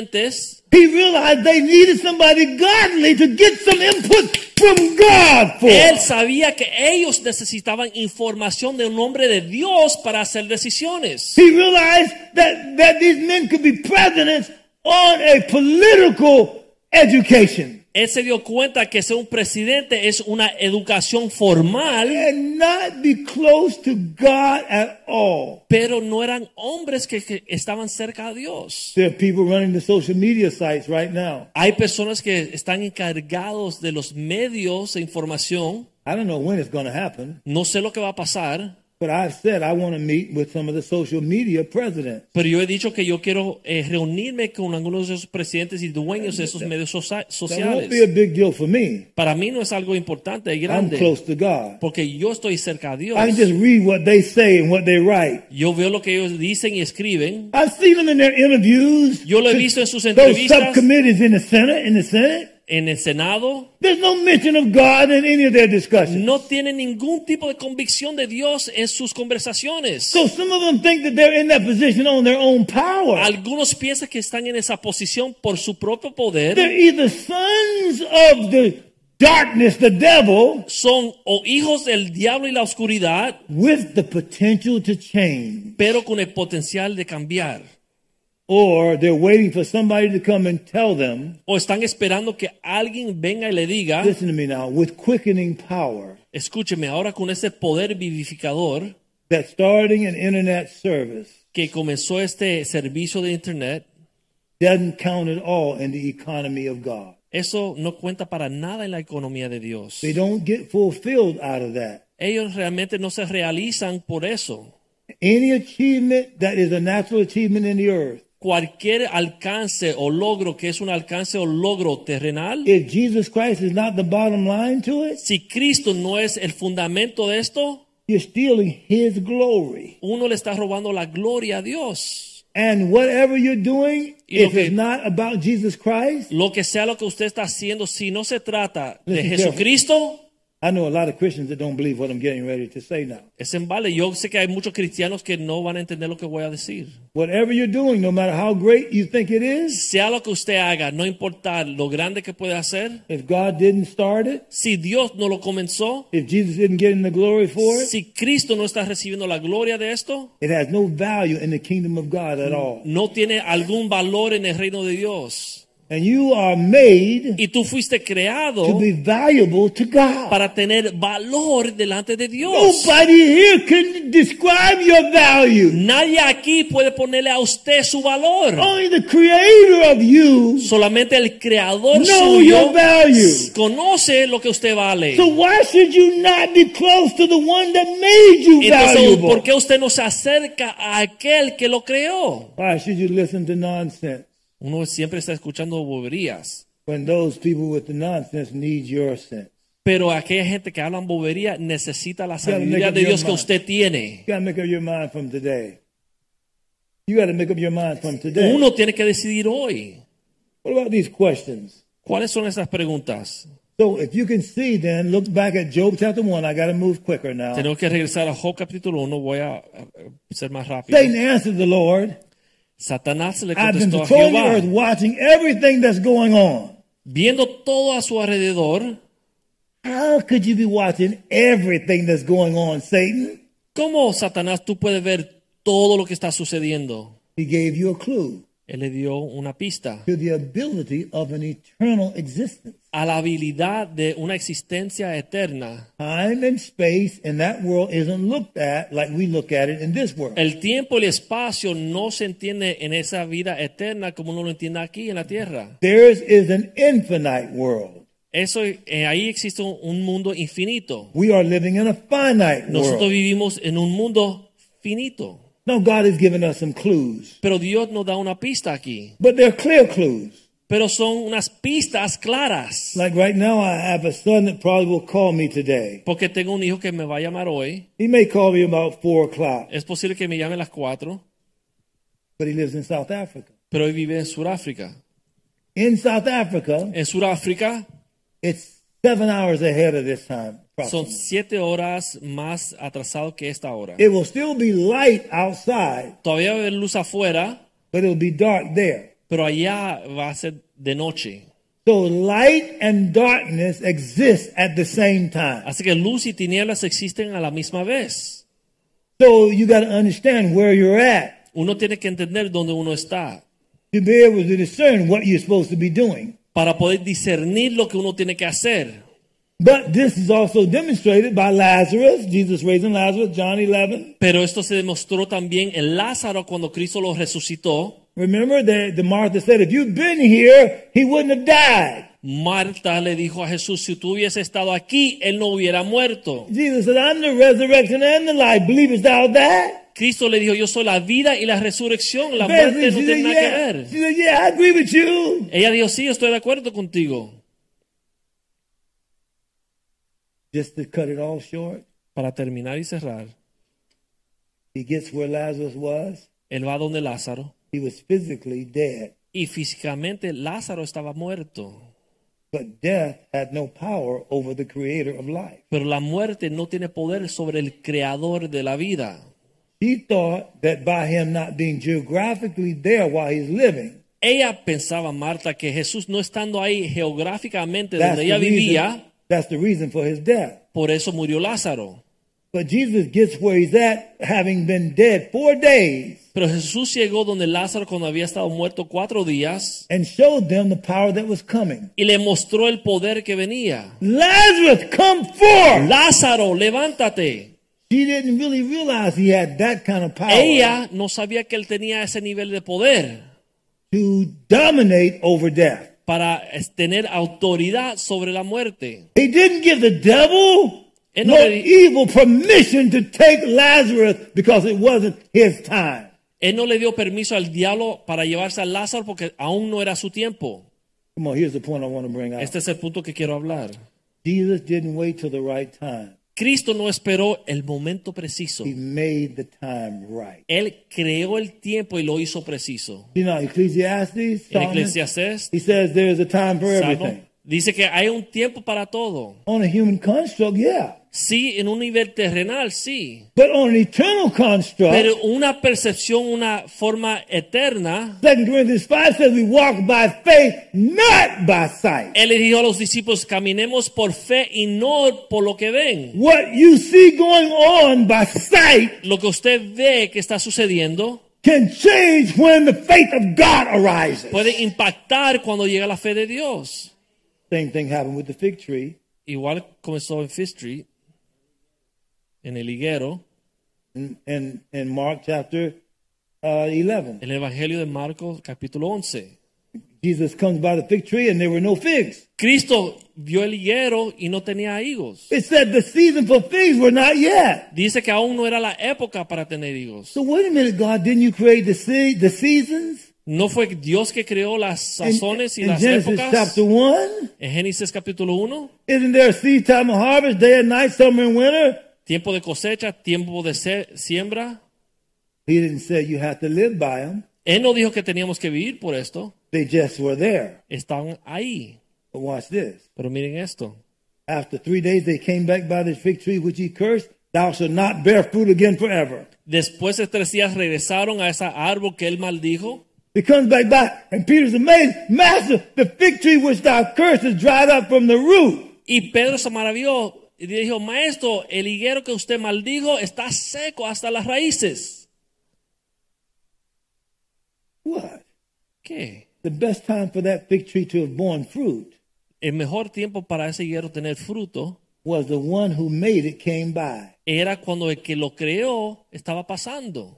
B: presidentes.
A: He realized they needed somebody godly to get some input from God for.
B: Él sabía que ellos necesitaban información de un hombre de Dios para hacer decisiones.
A: He realized that, that these men could be presidents on a political education
B: Él se dio cuenta que ser un presidente es una educación formal,
A: and not be close to God at all.
B: pero no eran hombres que, que estaban cerca a Dios.
A: There are people running the social media sites right now.
B: Hay personas que están encargados de los medios de información.
A: I don't know when it's going to happen,
B: No sé lo que va a pasar,
A: but I've said I want to meet with some of the social media presidents.
B: pero yo he dicho que yo quiero eh, reunirme con algunos de esos presidentes y dueños de esos medios socia-
A: That won't be a
B: sociales.
A: big deal for me.
B: Para mí no es algo importante y
A: I'm
B: grande.
A: close to God.
B: Porque yo estoy cerca a Dios.
A: I can just read what they say and what they write.
B: Yo veo lo que ellos dicen y escriben.
A: I've seen them in their interviews.
B: Yo lo he visto en sus
A: Those
B: entrevistas
A: subcommittees in the Senate, in the Senate.
B: en el Senado.
A: There's no mention of God in any of their discussions.
B: No tienen ningún tipo de convicción de Dios en sus conversaciones.
A: So some of them think that they're in that position on their own power.
B: Algunos piensan que están en esa posición por su propio poder.
A: They're either sons of the darkness, the devil,
B: Son o hijos del diablo y la oscuridad,
A: with the potential to change,
B: pero con el potencial de cambiar.
A: or they're waiting for somebody to come and tell them,
B: O están esperando que alguien venga y le diga,
A: listen to me now, with quickening power,
B: escúcheme, ahora con ese poder vivificador
A: that starting an internet service
B: que comenzó este servicio de Internet,
A: doesn't count at all in the economy of God.
B: Eso no cuenta para nada en la economía de Dios.
A: They don't get fulfilled out of that.
B: Ellos realmente no se realizan por eso.
A: Any achievement that is a natural achievement in the earth
B: Cualquier alcance o logro que es un alcance o logro terrenal,
A: if Jesus Christ is not the bottom line to it,
B: si Cristo no es el fundamento de esto,
A: you're stealing his glory.
B: uno le está robando la gloria a Dios.
A: And whatever you're doing,
B: Y lo
A: if
B: que-
A: it's not about Jesus Christ,
B: Lo que sea lo que usted está haciendo, si no se trata de
A: Listen,
B: Jesucristo,
A: I know a lot of Christians that don't believe what I'm getting ready to say now.
B: es en vale. Yo sé que hay muchos cristianos que no van a entender lo que voy a decir.
A: Whatever you're doing, no matter how great you think it is,
B: Sea lo que usted haga, no importar lo grande que puede hacer,
A: if God didn't start it,
B: si Dios no lo comenzó,
A: if Jesus isn't getting the glory for it,
B: Si Cristo no está recibiendo la gloria de esto,
A: it has no value in the kingdom of God at all.
B: no tiene algún valor en el reino de Dios.
A: And you are made
B: Y tú fuiste creado
A: to be valuable to God.
B: para tener valor delante de Dios.
A: Nobody here can describe your value.
B: Nadie aquí puede ponerle a usted su valor.
A: Only the creator of you.
B: Solamente el creador
A: Know
B: suyo
A: your value.
B: conoce lo que usted vale.
A: So why should you not be close to the one that made you
B: Entonces, ¿por
A: valuable?
B: qué usted no se acerca a aquel que lo creó?
A: Why should you listen to nonsense
B: Uno siempre está escuchando boberías,
A: when those people with the nonsense need your sense?
B: pero aquella gente que hablan bobería necesita la
A: gotta make
B: sabiduría
A: up
B: de
A: your
B: Dios que
A: mind.
B: usted tiene.
A: You gotta make up your mind from today. You gotta make up your mind from today.
B: Uno tiene que decidir hoy.
A: What about these questions?
B: ¿Cuáles son esas preguntas?
A: So if you can see then, look back at Job chapter 1. I got to move quicker now.
B: Tenemos que regresar a Job capítulo 1, voy a a- a ser más rápido.
A: Satan answered the Lord,
B: Satanás le
A: I've been
B: contestó a
A: patrolling the earth,
B: Jehová,
A: watching everything that's going on.
B: viendo todo a su alrededor,
A: How could you be watching everything that's going on, Satan?
B: ¿cómo Satanás tú puedes ver todo lo que está sucediendo?
A: He gave you a clue
B: Él le dio una pista
A: to the ability of an eternal existence.
B: a la habilidad de una existencia eterna.
A: Time and space in that world isn't looked at like we look at it in this world.
B: El tiempo y el espacio no se entiende en esa vida eterna como uno lo entiende aquí en la tierra.
A: Theirs is an infinite world.
B: Eso eh, ahí existe un- un mundo infinito.
A: We are living in a finite
B: Nosotros
A: world.
B: vivimos en un mundo finito,
A: Now, God has given us some clues,
B: pero Dios nos da una pista aquí.
A: but they're clear clues.
B: Pero son unas pistas claras,
A: Like right now, I have a son that probably will call me today.
B: porque tengo un hijo que me va a llamar hoy.
A: He may call me about four o'clock,
B: Es posible que me llame a las 4,
A: but he lives in South Africa.
B: pero hoy vive en Sudáfrica.
A: In South Africa,
B: En Sudáfrica
A: it's seven hours ahead of this time.
B: son
A: approximately.
B: siete horas más atrasado que esta hora.
A: It will still be light outside,
B: Todavía va a haber luz afuera,
A: but it'll be dark there.
B: pero allá va a ser de noche.
A: So light and darkness exist at the same time.
B: Así que luz y tinieblas existen a la misma vez.
A: So you got to understand where you're at
B: Uno tiene que entender dónde uno está
A: to be able to discern what you're supposed to be doing.
B: para poder discernir lo que uno tiene que hacer.
A: But this is also demonstrated by Lazarus, Jesus raising Lazarus, John 11.
B: Pero esto se demostró también en Lázaro cuando Cristo lo resucitó.
A: Remember that the Martha said, if you'd been here, he wouldn't have died.
B: Marta le dijo a Jesús, si tú hubiese estado aquí, él no hubiera muerto.
A: Jesus said, I'm the resurrection and the life. Believest thou that?
B: Cristo le dijo, yo soy la vida y la resurrección, la
A: Basically,
B: muerte no
A: she,
B: tiene
A: said,
B: nada que
A: yeah.
B: ver.
A: she said, yeah, I agree with you.
B: Ella dijo, sí, estoy de acuerdo contigo.
A: Just to cut it all short,
B: Para terminar y cerrar,
A: he gets where Lazarus was.
B: él va donde Lázaro.
A: He was physically dead,
B: Y físicamente Lázaro estaba muerto.
A: but death had no power over the creator of life.
B: Pero la muerte no tiene poder sobre el creador de la vida.
A: She thought that by him not being geographically there while he's living,
B: Ella pensaba, Marta, que Jesús no estando ahí geográficamente
A: that's
B: donde
A: the,
B: ella
A: reason,
B: vivía,
A: that's the reason for his death.
B: por eso murió Lázaro.
A: But Jesus gets where he's at, having been dead four days,
B: Pero Jesús llegó donde Lázaro cuando había estado muerto cuatro días
A: and showed them the power that was coming.
B: y le mostró el poder que venía.
A: Lazarus, come forth!
B: Lázaro, levántate.
A: She didn't really realize he had that kind of power
B: Ella no sabía que él tenía ese nivel de poder
A: to dominate over death.
B: para es, tener autoridad sobre la muerte.
A: He didn't give the devil
B: Él no
A: nor
B: le-
A: evil permission to take Lazarus because it wasn't his time.
B: Él no le dio permiso al diablo para llevarse a Lázaro porque aún no era su tiempo.
A: Come on, here's the point I want to bring out.
B: Este es el punto que quiero hablar.
A: Jesus didn't wait till the right time.
B: Cristo no esperó el momento preciso.
A: He made the time right.
B: Él creó el tiempo y lo hizo preciso.
A: You know, Ecclesiastes,
B: En
A: Solomon,
B: Eclesiastés,
A: he says there is a time for everything.
B: Salmo, dice que hay un tiempo para todo.
A: On a human construct, yeah.
B: Sí, en un nivel terrenal, sí.
A: But on an eternal construct,
B: Pero una percepción, una forma eterna.
A: 2 Corinthians 5 says we walk by faith, not by sight.
B: Él le dijo a los discípulos, caminemos por fe y no por lo que ven.
A: What you see going on by sight
B: Lo que usted ve que está sucediendo
A: can change when the faith of God arises.
B: Puede impactar cuando llega la fe de Dios.
A: Same thing happened with the fig tree
B: Igual comenzó en Fifth Street, en el higuero,
A: in, in, in Mark chapter uh, 11.
B: en el Evangelio de Marcos capítulo 11.
A: Jesus comes by the fig tree and there were no figs.
B: Cristo vio el higuero y no tenía higos.
A: It said the season for figs were not yet.
B: Dice que aún no era la época para tener higos.
A: So wait a minute, God, didn't you create the, se- the seasons?
B: No fue Dios que creó las
A: In,
B: sazones y
A: in
B: las
A: Genesis
B: épocas.
A: chapter 1,
B: En Génesis capítulo 1,
A: isn't there a seed time of harvest, day and night, summer and winter?
B: tiempo de cosecha, tiempo de se- siembra.
A: He didn't say you had to live by them.
B: Él no dijo que teníamos que vivir por esto.
A: They just were there.
B: Están ahí.
A: But watch this.
B: Pero miren esto.
A: After three days, they came back by the fig tree which he cursed. Thou shalt not bear fruit again forever.
B: Después de tres días regresaron a ese árbol que él maldijo.
A: He comes back by, and Peter's amazed. Master, the fig tree which thou cursed is dried up from the root.
B: Y Pedro se maravilló y le dijo, maestro, el higuero que usted maldijo está seco hasta las raíces.
A: What?
B: ¿Qué?
A: The best time for that fig tree to have borne fruit
B: El mejor tiempo para ese higuero tener fruto
A: was the one who made it came by.
B: era cuando el que lo creó estaba pasando.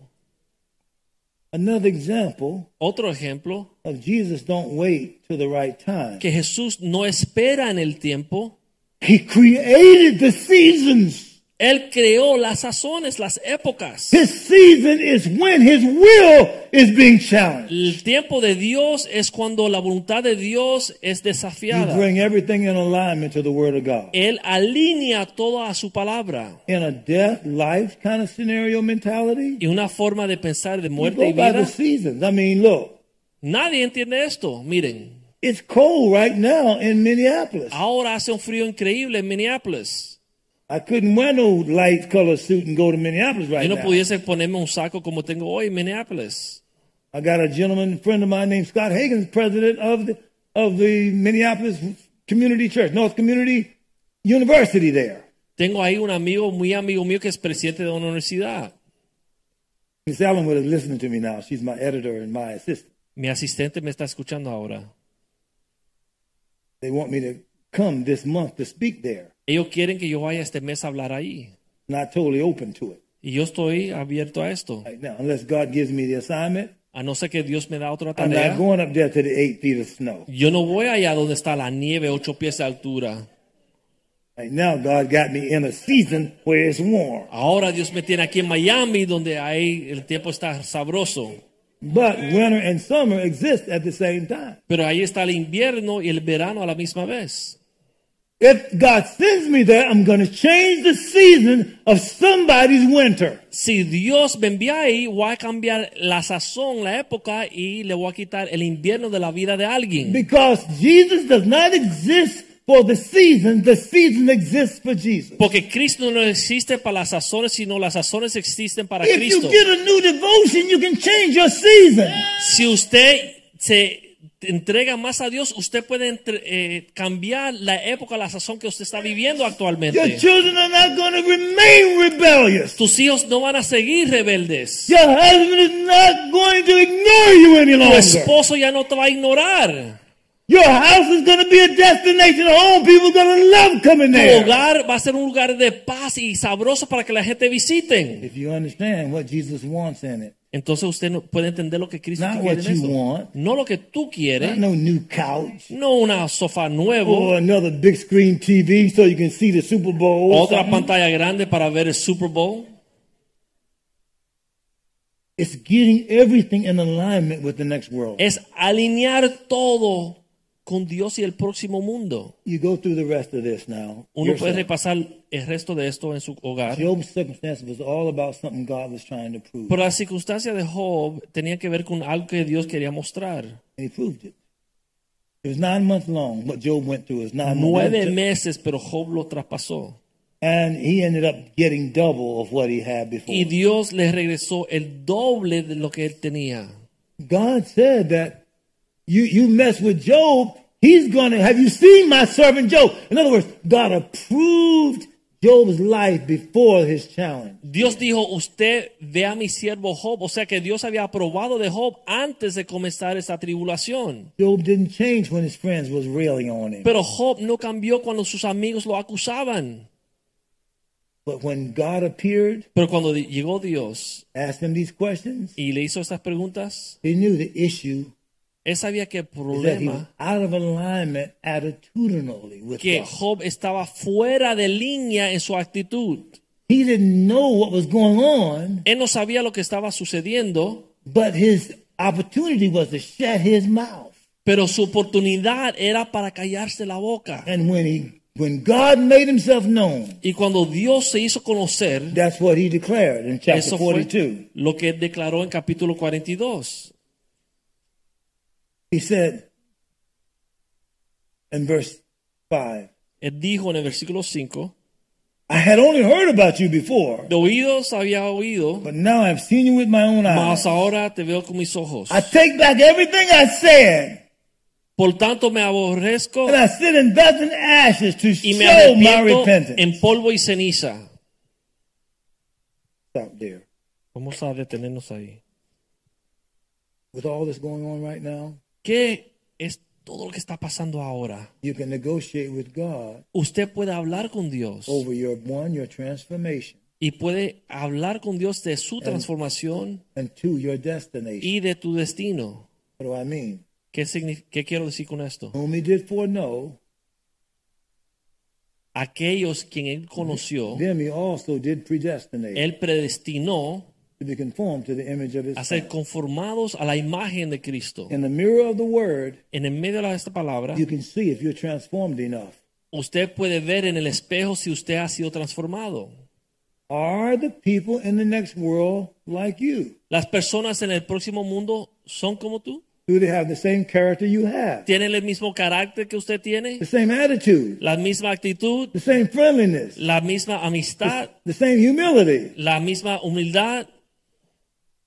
A: Another example
B: Otro ejemplo,
A: of Jesus don't wait till the right time.
B: que Jesús no espera en el tiempo.
A: He created the seasons.
B: Él creó las sazones, las épocas.
A: His season is when his will is being challenged.
B: El tiempo de Dios es cuando la voluntad de Dios es
A: You
B: desafiada.
A: bring everything in alignment to the word of God.
B: Él alinea todo a su palabra.
A: In a death, life kind of scenario mentality,
B: Y una forma de pensar de
A: you
B: muerte y
A: go by the
B: vida.
A: seasons. I mean, look,
B: Nadie entiende esto. Miren,
A: it's cold right now in Minneapolis.
B: ahora hace un frío increíble en Minneapolis.
A: I couldn't wear no light color suit and go to Minneapolis
B: Yo
A: right
B: no
A: now.
B: pudiese ponerme un saco como tengo hoy en Minneapolis.
A: I got a gentleman friend of mine named Scott Higgins, president of the of the Minneapolis Community Church, North Community University there.
B: Tengo ahí un amigo, muy amigo mío, que es presidente de una universidad.
A: Miss Allen would have listened to me now. She's my editor and my assistant.
B: Mi asistente me está escuchando ahora.
A: They want me to come this month to speak there.
B: Ellos quieren que yo vaya este mes a hablar ahí.
A: Not totally open to it
B: Y yo estoy abierto a esto.
A: right now, unless God gives me the assignment.
B: A no ser que Dios me da otra
A: I'm not
B: tarea.
A: going up there to the eight feet of snow.
B: Yo no voy allá donde está la nieve, ocho pies de altura.
A: Right now, God got me in a season where it's warm.
B: Ahora Dios me tiene aquí en Miami, donde ahí el tiempo está sabroso.
A: But winter and summer exist at the same time.
B: Pero ahí está el invierno y el verano a la misma vez.
A: If God sends me there, I'm going to change the season of somebody's winter.
B: Si Dios me envía ahí, voy a cambiar la sazón, la época y le voy a quitar el invierno de la vida de alguien.
A: Because Jesus does not exist for the season, the season exists for Jesus.
B: Porque Cristo no existe para las sazones, sino las sazones existen para
A: If you
B: Cristo.
A: get a new devotion, you can change your season.
B: Si usted se entrega más a Dios, usted puede entre- eh, cambiar la época, la sazón que usted está viviendo
A: Your
B: actualmente.
A: children are not going to remain rebellious.
B: Tus hijos no van a seguir rebeldes.
A: Your husband is not going to ignore you any
B: Tu
A: longer.
B: esposo ya no te va a ignorar.
A: Your house is going to be a destination home. People are going to love coming
B: Tu
A: there.
B: hogar va a ser un lugar de paz y sabroso para que la gente visiten.
A: If you understand what Jesus wants in it,
B: Entonces usted no puede entender lo que Cristo
A: Not
B: quiere
A: what
B: en
A: you
B: esto.
A: want.
B: No lo que tú
A: not
B: quieres,
A: no new couch.
B: no una sofá nuevo,
A: or another big screen TV so you can see the Super Bowl. or
B: otra
A: something.
B: pantalla grande para ver el Super Bowl.
A: It's getting everything in alignment with the next world.
B: es alinear todo con Dios y el próximo mundo.
A: You go through the rest of this now.
B: Uno puede
A: yourself.
B: repasar el resto de esto en su hogar.
A: Job's circumstance was all about something God was trying to prove,
B: Pero la circunstancia de Job tenía que ver con algo que Dios quería mostrar.
A: and he proved it. It was nine months long. What Job went through is nine
B: Nueve
A: months,
B: meses, pero Job lo traspasó.
A: and he ended up getting double of what he had
B: Y
A: before.
B: Dios le regresó el doble de lo que él tenía.
A: God said that you you mess with Job, he's gonna. Have you seen my servant Job? In other words, God approved Job's life before his challenge.
B: Dios dijo, usted ve a mi siervo Job. O sea que Dios había aprobado de Job antes de comenzar esa tribulación.
A: Job didn't change when his friends was railing on him.
B: Pero Job no cambió cuando sus amigos lo acusaban.
A: But when God appeared,
B: Pero cuando di- llegó Dios
A: asked him these questions,
B: y le hizo estas preguntas,
A: he knew the issue
B: él sabía que el
A: is that he was
B: problema
A: out of alignment attitudinally with
B: que
A: God.
B: Job estaba fuera de línea en su actitud.
A: He didn't know what was going on,
B: Él no sabía lo que estaba sucediendo,
A: but his opportunity was to shut his mouth.
B: pero su oportunidad era para callarse la boca.
A: And when he when God made himself known,
B: Y cuando Dios se hizo conocer,
A: that's what he declared in chapter
B: Eso fue
A: 42.
B: lo que declaró en capítulo 42.
A: He said in verse 5,
B: Él dijo en el versículo 5,
A: I had only heard about you before,
B: de oídos había oído,
A: but now I've seen you with my own eyes.
B: mas ahora te veo con mis ojos.
A: I take back everything I said,
B: Por tanto me aborrezco
A: and I sit in dust and ashes to
B: y me
A: show my
B: arrepiento
A: repentance.
B: en polvo y ceniza.
A: Stop there.
B: Vamos a detenernos ahí.
A: With all this going on right now,
B: ¿Qué es todo lo que está pasando ahora?
A: you can negotiate with God
B: Usted puede hablar con Dios
A: over your one, your transformation,
B: y puede hablar con Dios de su transformación
A: and two, your destination.
B: y de tu destino.
A: What do I mean?
B: ¿Qué, signif- qué quiero decir con esto?
A: Whom he did foreknow,
B: Aquellos quien él conoció,
A: them he also did predestinate
B: él predestinó
A: to be conformed to the image of his
B: a
A: son.
B: ser conformados a la imagen de Cristo.
A: In the mirror of the word,
B: En el medio de la- esta palabra,
A: you can see if you're transformed enough.
B: usted puede ver en el espejo si usted ha sido transformado.
A: Are the people in the next world like you?
B: Las personas en el próximo mundo son como tú.
A: Do they have the same character you have?
B: Tienen el mismo carácter que usted tiene,
A: The same attitude,
B: la misma actitud,
A: the same friendliness,
B: la misma amistad,
A: the same humility.
B: la misma humildad.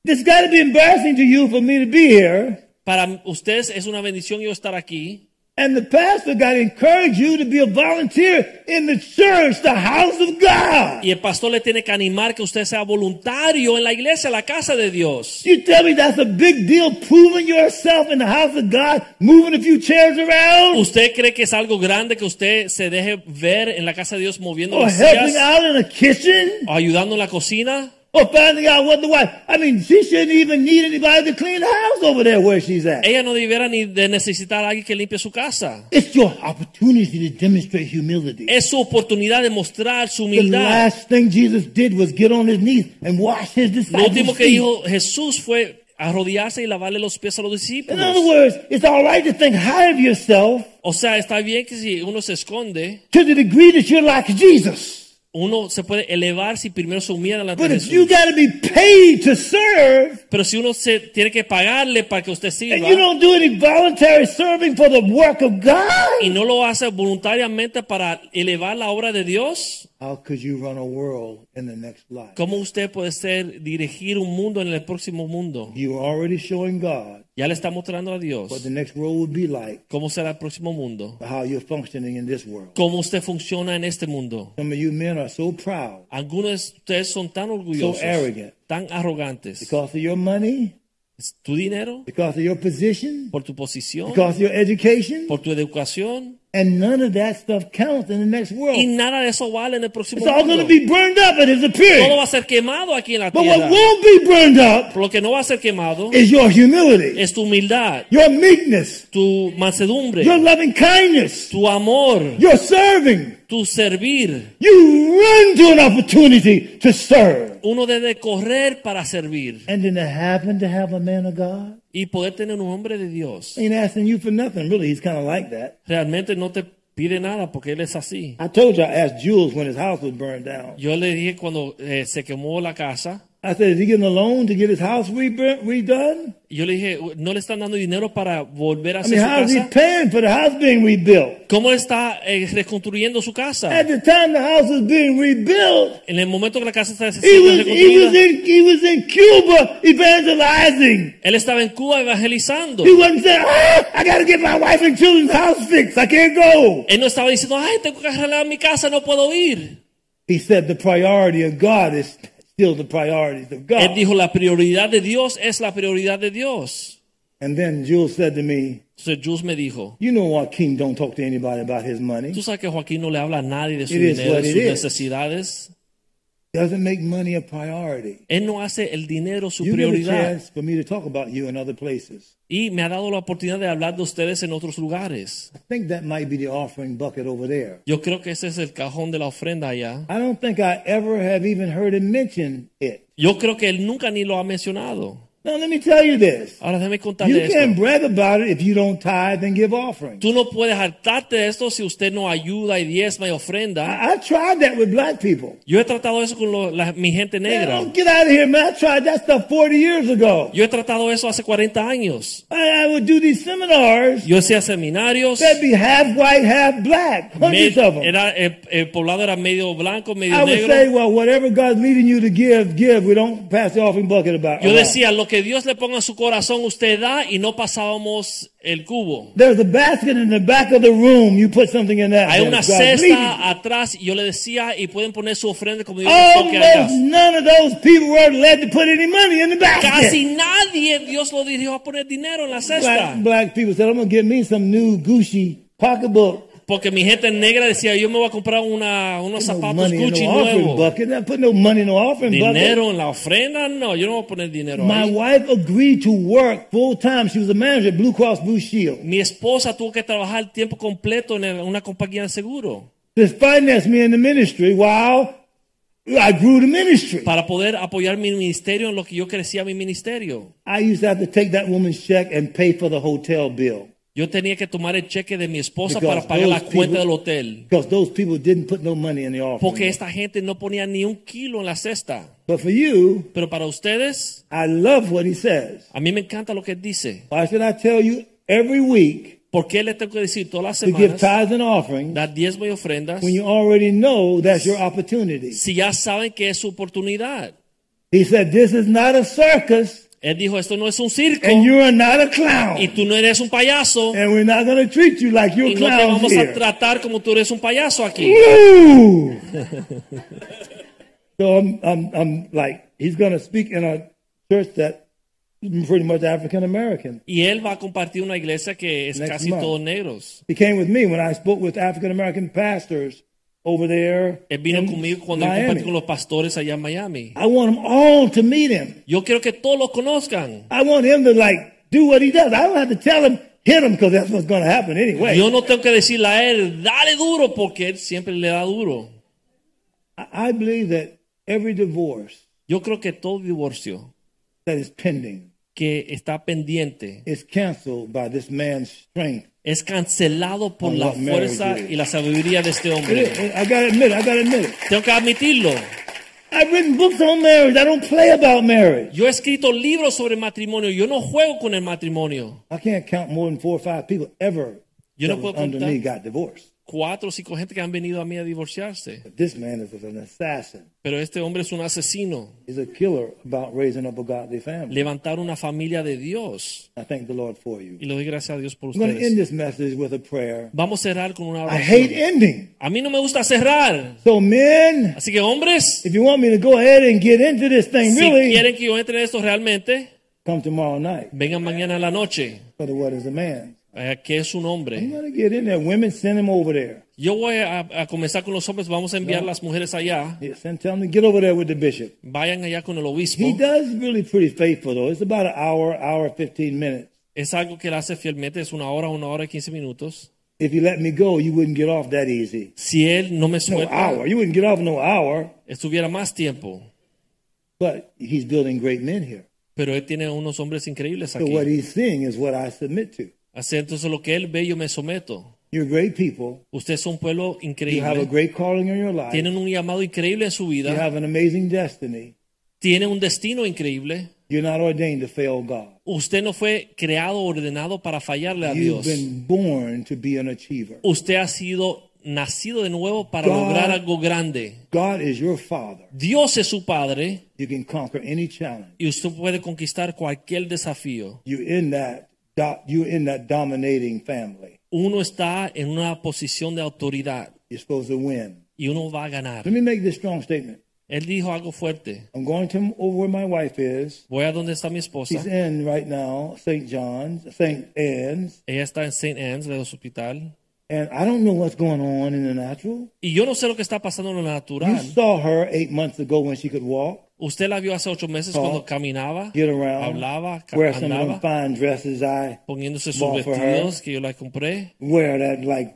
A: It's got to be embarrassing to you for me to be here.
B: Para ustedes es una bendición yo estar aquí.
A: And the pastor got to encourage you to be a volunteer in the church, the house of God.
B: Y el pastor le tiene que animar que usted sea voluntario en la iglesia, la casa de Dios.
A: You tell me that's a big deal, proving yourself in the house of God, moving a few chairs around,
B: ¿Usted cree que es algo grande que usted se deje ver en la casa de Dios moviendo
A: or
B: las
A: helping
B: sillas
A: out in the kitchen,
B: o ayudando en la cocina?
A: or finding out what the wife. I mean, she shouldn't even need anybody to clean the house over there where she's at.
B: Ella no debiera ni de necesitar a alguien que limpie su casa.
A: It's your opportunity to demonstrate humility.
B: Es su oportunidad de mostrar su
A: The
B: humildad.
A: last thing Jesus did was get on his knees and wash his
B: Lo último
A: disciples'
B: que
A: feet.
B: dijo Jesús fue arrodillarse y lavarle los pies a los
A: In other
B: discípulos.
A: words, it's all right to think high of yourself
B: O sea, está bien que si uno se esconde,
A: to the degree that you're like Jesus.
B: uno se puede elevar si primero se humilla delante
A: But
B: de
A: if you
B: Jesús.
A: got to be paid to serve,
B: Pero si uno se tiene que pagarle para que usted
A: And you
B: sirva
A: don't do any voluntary serving for the work of
B: y
A: God.
B: no lo hace voluntariamente para elevar la obra de Dios,
A: How could you run a world in the next life?
B: ¿Cómo usted puede ser dirigir un mundo en el próximo mundo?
A: You're already showing God
B: Ya le está mostrando a
A: what
B: Dios
A: the next world will be like,
B: cómo será el próximo mundo,
A: by how you're functioning in this world.
B: cómo usted funciona en este mundo.
A: Some of you men are so proud
B: Algunos de ustedes son tan
A: So
B: orgullosos,
A: arrogant.
B: tan arrogantes.
A: because of your money,
B: Es Tu dinero,
A: because of your position,
B: por tu posición,
A: because of your education,
B: por tu educación,
A: and none of that stuff counts in the next
B: y
A: world.
B: nada de eso vale en el próximo
A: It's all going
B: mundo.
A: to be burned up at his
B: Todo va
A: appearance.
B: a ser quemado aquí en la
A: But what
B: tierra.
A: won't be burned up
B: Pero Lo que no va a ser quemado
A: is your humility,
B: es tu humildad,
A: your meekness,
B: tu mansedumbre,
A: your loving kindness,
B: tu amor,
A: your serving.
B: tu servir.
A: You run to an opportunity to serve.
B: Uno debe correr para servir.
A: And then to happen to have a man of God?
B: y poder tener un hombre de Dios.
A: Ain't asking you for nothing, really. He's kind of like that.
B: Realmente no te pide nada porque Él es así.
A: I told you I asked Jules when his house was burned down.
B: Yo le dije cuando eh, se quemó la casa,
A: I said, Is he getting a loan to get his house rebu- redone?
B: yo le dije, ¿no le están dando dinero para volver a
A: I
B: hacer
A: mean,
B: su
A: how is he
B: casa?
A: paying for the house being rebuilt?
B: ¿Cómo está eh, reconstruyendo su casa?
A: At the time the house was being rebuilt,
B: En el momento que la casa está
A: he was, he was,
B: reconstruida,
A: in, he was in Cuba evangelizing.
B: él estaba en Cuba evangelizando.
A: He wasn't saying, ah, I got to get my wife and children's house fixed. I can't go.
B: Él no estaba diciendo, ay, tengo que arreglar mi casa, no puedo ir.
A: He said the priority of God is still the priorities of
B: Él
A: God.
B: dijo, la prioridad de Dios es la prioridad de Dios.
A: And then Jules said to me,
B: Entonces Jules me dijo,
A: You know Joaquin don't talk to anybody about his money.
B: tú sabes que Joaquín no le habla a nadie de su
A: It is
B: dinero,
A: what
B: de
A: it
B: sus
A: is.
B: necesidades.
A: Doesn't make money a priority.
B: Él no hace el dinero su
A: You get a
B: prioridad.
A: chance for me to talk about you in other places.
B: Y me ha dado la oportunidad de hablar de ustedes en otros lugares.
A: I think that might be the offering bucket over there.
B: Yo creo que ese es el cajón de la ofrenda allá.
A: I don't think I ever have even heard him mention it.
B: Yo creo que él nunca ni lo ha mencionado.
A: Now let me tell you this.
B: Ahora déjeme contarle
A: You can't
B: esto.
A: brag about it if you don't tithe and give offerings.
B: Tú no puedes hartarte de esto si usted no ayuda y diezma y ofrenda.
A: I, I tried that with black people.
B: Yo he tratado eso con lo- la- mi gente
A: Man,
B: negra.
A: don't get out of here, man. I tried that stuff 40 years ago.
B: Yo he tratado eso hace 40 años.
A: I, I would do these seminars.
B: Yo hacía seminarios.
A: They'd be half white, half black. Hundreds
B: me-
A: of them.
B: era, el, el poblado era medio blanco, medio
A: I would
B: negro.
A: say, well, whatever God's leading you to give, give. We don't pass the offering bucket about.
B: Yo
A: around.
B: decía, lo que Dios le ponga en su corazón, usted da y no pasábamos el cubo.
A: There's a basket in the back of the room. You put something in that.
B: Hay
A: That's
B: una
A: God's leading.
B: cesta atrás y yo le decía, y pueden poner su ofrenda como Dios
A: Oh,
B: les toque acá.
A: Almost none of those people were led to put any money in the basket.
B: Casi nadie Dios lo dirigió a poner dinero en la cesta.
A: Black, black people said, I'm going to get me some new Gucci pocketbook.
B: Porque mi gente negra decía, yo me voy a comprar una, unos
A: No
B: zapatos
A: money in
B: Gucci
A: no offering
B: nuevos.
A: bucket. I put no money in the offering bucket.
B: Dinero en la ofrenda, no, yo no voy a poner dinero
A: My
B: ahí.
A: wife agreed to work full time. She was a manager at Blue Cross Blue Shield.
B: Mi esposa tuvo que trabajar tiempo completo en el- una compañía de seguro
A: This financed me in the ministry while I grew the ministry.
B: para poder apoyar mi ministerio en lo que yo crecía mi ministerio.
A: I used to have to take that woman's check and pay for the hotel bill
B: Yo tenía que tomar el cheque de mi esposa
A: Because
B: para pagar la
A: those
B: cuenta
A: people- Mm.
B: del hotel.
A: because those people didn't put no money in the offering.
B: Porque esta gente no ponía ni un kilo en la cesta.
A: But for you,
B: Pero para ustedes,
A: I love what he says.
B: a mí me encanta lo que dice.
A: Why should I tell you every week
B: ¿Por qué le tengo que decir todas las
A: to give
B: semanas
A: tithes and offerings
B: dar diezmo y ofrendas
A: when you already know that's your opportunity?
B: si ya saben que es su oportunidad?
A: He said, This is not a circus,
B: Él dijo, esto no es un circo
A: and you are not a
B: y
A: clown.
B: tú no eres un payaso
A: And we're not going to treat you like
B: y
A: you're
B: no te
A: clowns
B: vamos a
A: here.
B: tratar como tú eres un payaso aquí.
A: Uh. Woo! *laughs* so I'm, I'm, I'm like, he's going to speak in a church that pretty much African American.
B: Y él va a compartir una iglesia que es
A: Next
B: casi
A: month.
B: todos negros.
A: He came with me when I spoke with African American pastors over there.
B: Él E vino
A: in
B: conmigo cuando yo
A: Miami.
B: compartí con los pastores allá en Miami.
A: I want them all to meet him.
B: Yo quiero que todos lo conozcan.
A: I want him to like do what he does. I don't have to tell him hit him because that's what's going to happen anyway.
B: Yo no tengo que decirle a él, dale duro, porque él siempre le da duro.
A: I I believe that every divorce
B: Yo creo que todo divorcio
A: that is pending
B: que está pendiente
A: is canceled by this man's strength.
B: es cancelado por
A: On
B: la
A: what marriage
B: fuerza
A: is.
B: y la sabiduría de este
A: It
B: hombre.
A: is- I gotta admit it. I gotta admit it.
B: Tengo que admitirlo.
A: I've written books on marriage. I don't play about marriage.
B: Yo he escrito libros sobre matrimonio. Yo no juego con el matrimonio.
A: I can't count more than four or five people ever
B: Yo no
A: that was
B: puedo
A: under
B: contar.
A: me got divorced.
B: Cuatro o cinco gente que han venido a mí a divorciarse.
A: But this man is an assassin.
B: Pero este hombre es un asesino.
A: He's a killer about raising up a godly family.
B: Levantar una familia de Dios.
A: I thank the Lord for you.
B: Y le doy gracias a Dios por
A: I'm going to end
B: ustedes.
A: this message with a prayer.
B: Vamos a cerrar con una
A: I hate
B: oración.
A: ending.
B: A mí no me gusta cerrar.
A: So, men,
B: Así que hombres,
A: if you want me to go ahead and get into this thing,
B: si
A: really,
B: quieren que yo entre en esto realmente,
A: come tomorrow night
B: vengan mañana a la noche.
A: for the What is a Man.
B: Eh, que es un
A: I'm
B: hombre.
A: going to get in there. Women, send him over there.
B: Yo voy a, a comenzar con los hombres. Vamos a enviar las mujeres allá.
A: Yes, and tell him to get over there with the bishop.
B: Vayan allá con el obispo.
A: He does really pretty faithful, though. It's about an hour, hour, 15 minutes.
B: Es algo que él hace fielmente, es una hora, una hora y 15 minutos.
A: If you let me go, you wouldn't get off that easy.
B: Si él no me
A: No
B: suelta,
A: hour. You wouldn't get off no hour.
B: estuviera más tiempo.
A: But he's building great men here.
B: Pero él tiene unos hombres increíbles
A: So what
B: aquí.
A: he's seeing is what I submit to.
B: Así entonces lo que él ve, yo me someto.
A: You're great people.
B: Ustedes son un pueblo
A: You have a
B: increíble.
A: great calling in your life.
B: Tienen un llamado increíble en su
A: You
B: vida.
A: have an amazing destiny.
B: Tienen un destino increíble.
A: You're not ordained to fail God.
B: Usted no fue creado, ordenado para fallarle a
A: You've
B: Dios.
A: been born to be an achiever.
B: Usted ha sido nacido de nuevo para
A: God-
B: lograr algo grande.
A: God is your father.
B: Dios es su padre
A: You can conquer any challenge.
B: y usted puede conquistar cualquier desafío.
A: You're in that do- you're in that dominating family.
B: Uno está en una posición de autoridad.
A: You're supposed to win.
B: y uno va a ganar.
A: Let me make this strong statement.
B: Él dijo algo fuerte.
A: I'm going to over where my wife is.
B: Voy a donde está mi esposa.
A: She's in right now, St. John's, St. Anne's,
B: Ella está en St. Anne's, del hospital.
A: and I don't know what's going on in the natural.
B: Y yo no sé lo que está pasando en lo
A: You
B: natural.
A: saw her eight months ago when she could walk,
B: Usted la vio hace ocho meses
A: Oh.
B: cuando caminaba,
A: get around,
B: hablaba, ca-
A: wear some of them
B: andaba,
A: fine dresses I
B: poniéndose sus
A: bought for her.
B: vestidos que yo la compré,
A: wear, that like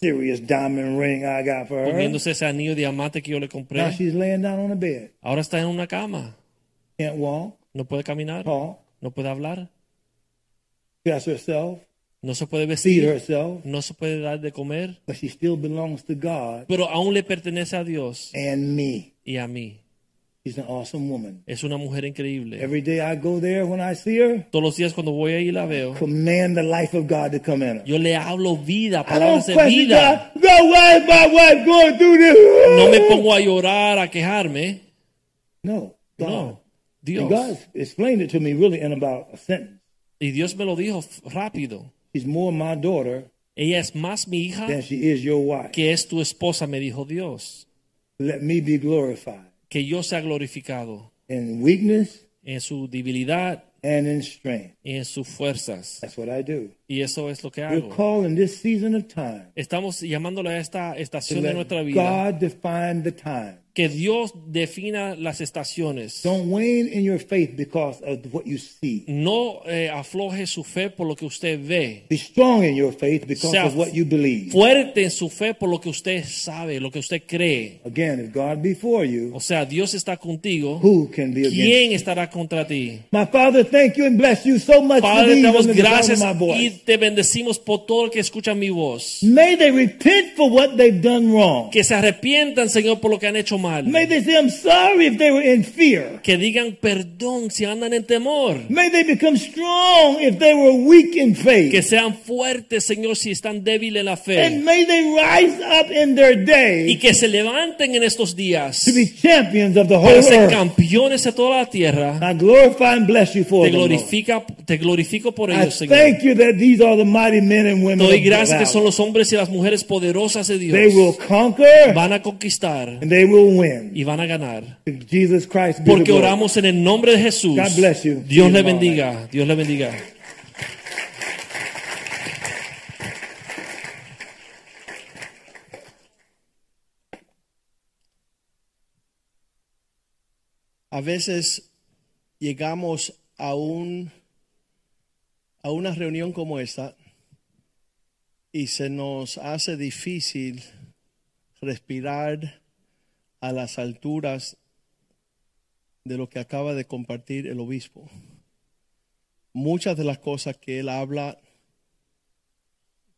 A: serious diamond ring I got for her.
B: poniéndose ese anillo diamante que yo le
A: Now
B: compré.
A: she's laying down on the bed,
B: Ahora está en una cama.
A: can't walk,
B: No puede caminar,
A: talk,
B: no puede hablar,
A: dress herself,
B: no se puede
A: feed
B: vestir,
A: herself,
B: no se puede dar de comer,
A: but she still belongs to God
B: pero aún le pertenece a Dios
A: and me.
B: y a mí.
A: She's an awesome woman.
B: Es una mujer increíble.
A: Every day I go there when I see her,
B: Todos los días cuando voy ahí la veo,
A: command the life of God to come in her.
B: yo le hablo vida,
A: I don't
B: palabras de
A: question
B: vida.
A: God. No, why is my wife going through this?
B: No me pongo a llorar, a quejarme.
A: No, God.
B: No,
A: And
B: Dios.
A: God explained it to me really in about a sentence.
B: Y Dios me lo dijo f- rápido.
A: She's more my daughter
B: Ella es más mi hija
A: than she is your wife.
B: que es tu esposa, me dijo Dios.
A: Let me be glorified
B: Que yo sea glorificado
A: in weakness
B: en su debilidad
A: and in strength.
B: y en sus fuerzas.
A: That's what I do.
B: Y eso es lo que
A: We're
B: hago.
A: calling this season of time
B: Estamos llamándole a esta
A: to
B: estación de
A: let
B: nuestra vida.
A: God define the time.
B: Que Dios defina las estaciones.
A: Don't wane in your faith because of what you see.
B: No eh, afloje su fe por lo que usted ve.
A: Be strong in your faith because
B: Sea
A: of what you believe.
B: Fuerte en su fe por lo que usted sabe, lo que usted cree.
A: Again, if God be for you,
B: O sea, Dios está contigo.
A: who can be against you?
B: ¿Quién estará contra ti?
A: My Father, thank you and bless you so much for
B: Padre, te
A: these
B: damos
A: under the sound of
B: gracias
A: my
B: y
A: voice.
B: te bendecimos por todo el que escucha mi voz.
A: May they repent for what they've done wrong.
B: Que se arrepientan, Señor, por lo que han hecho mal.
A: May they say, I'm sorry if they were in fear.
B: Que digan perdón si andan en temor.
A: May they become strong if they were weak in
B: Que
A: faith.
B: sean fuertes, Señor, si están débiles en la
A: And
B: fe.
A: may they rise up in their
B: Y
A: day
B: que se levanten en estos días
A: to be champions of the whole
B: para ser
A: earth.
B: campeones de toda la tierra.
A: I glorify and bless you for
B: Te,
A: them. Lord.
B: glorifica, te glorifico por
A: I
B: ellos, Señor.
A: thank you that these are the mighty men and women.
B: Doy
A: Of
B: gracias que son
A: valor.
B: los hombres y las mujeres poderosas de
A: They will
B: Dios.
A: conquer
B: Van a conquistar
A: and they will win.
B: y van a ganar.
A: Jesus Christ be the
B: Porque
A: glory.
B: oramos en el nombre de Jesús.
A: God bless you.
B: Dios le
A: Amen.
B: bendiga. Dios le bendiga.
C: A veces llegamos a, un, a una reunión como esta y se nos hace difícil respirar a las alturas de lo que acaba de compartir el obispo. Muchas de las cosas que él habla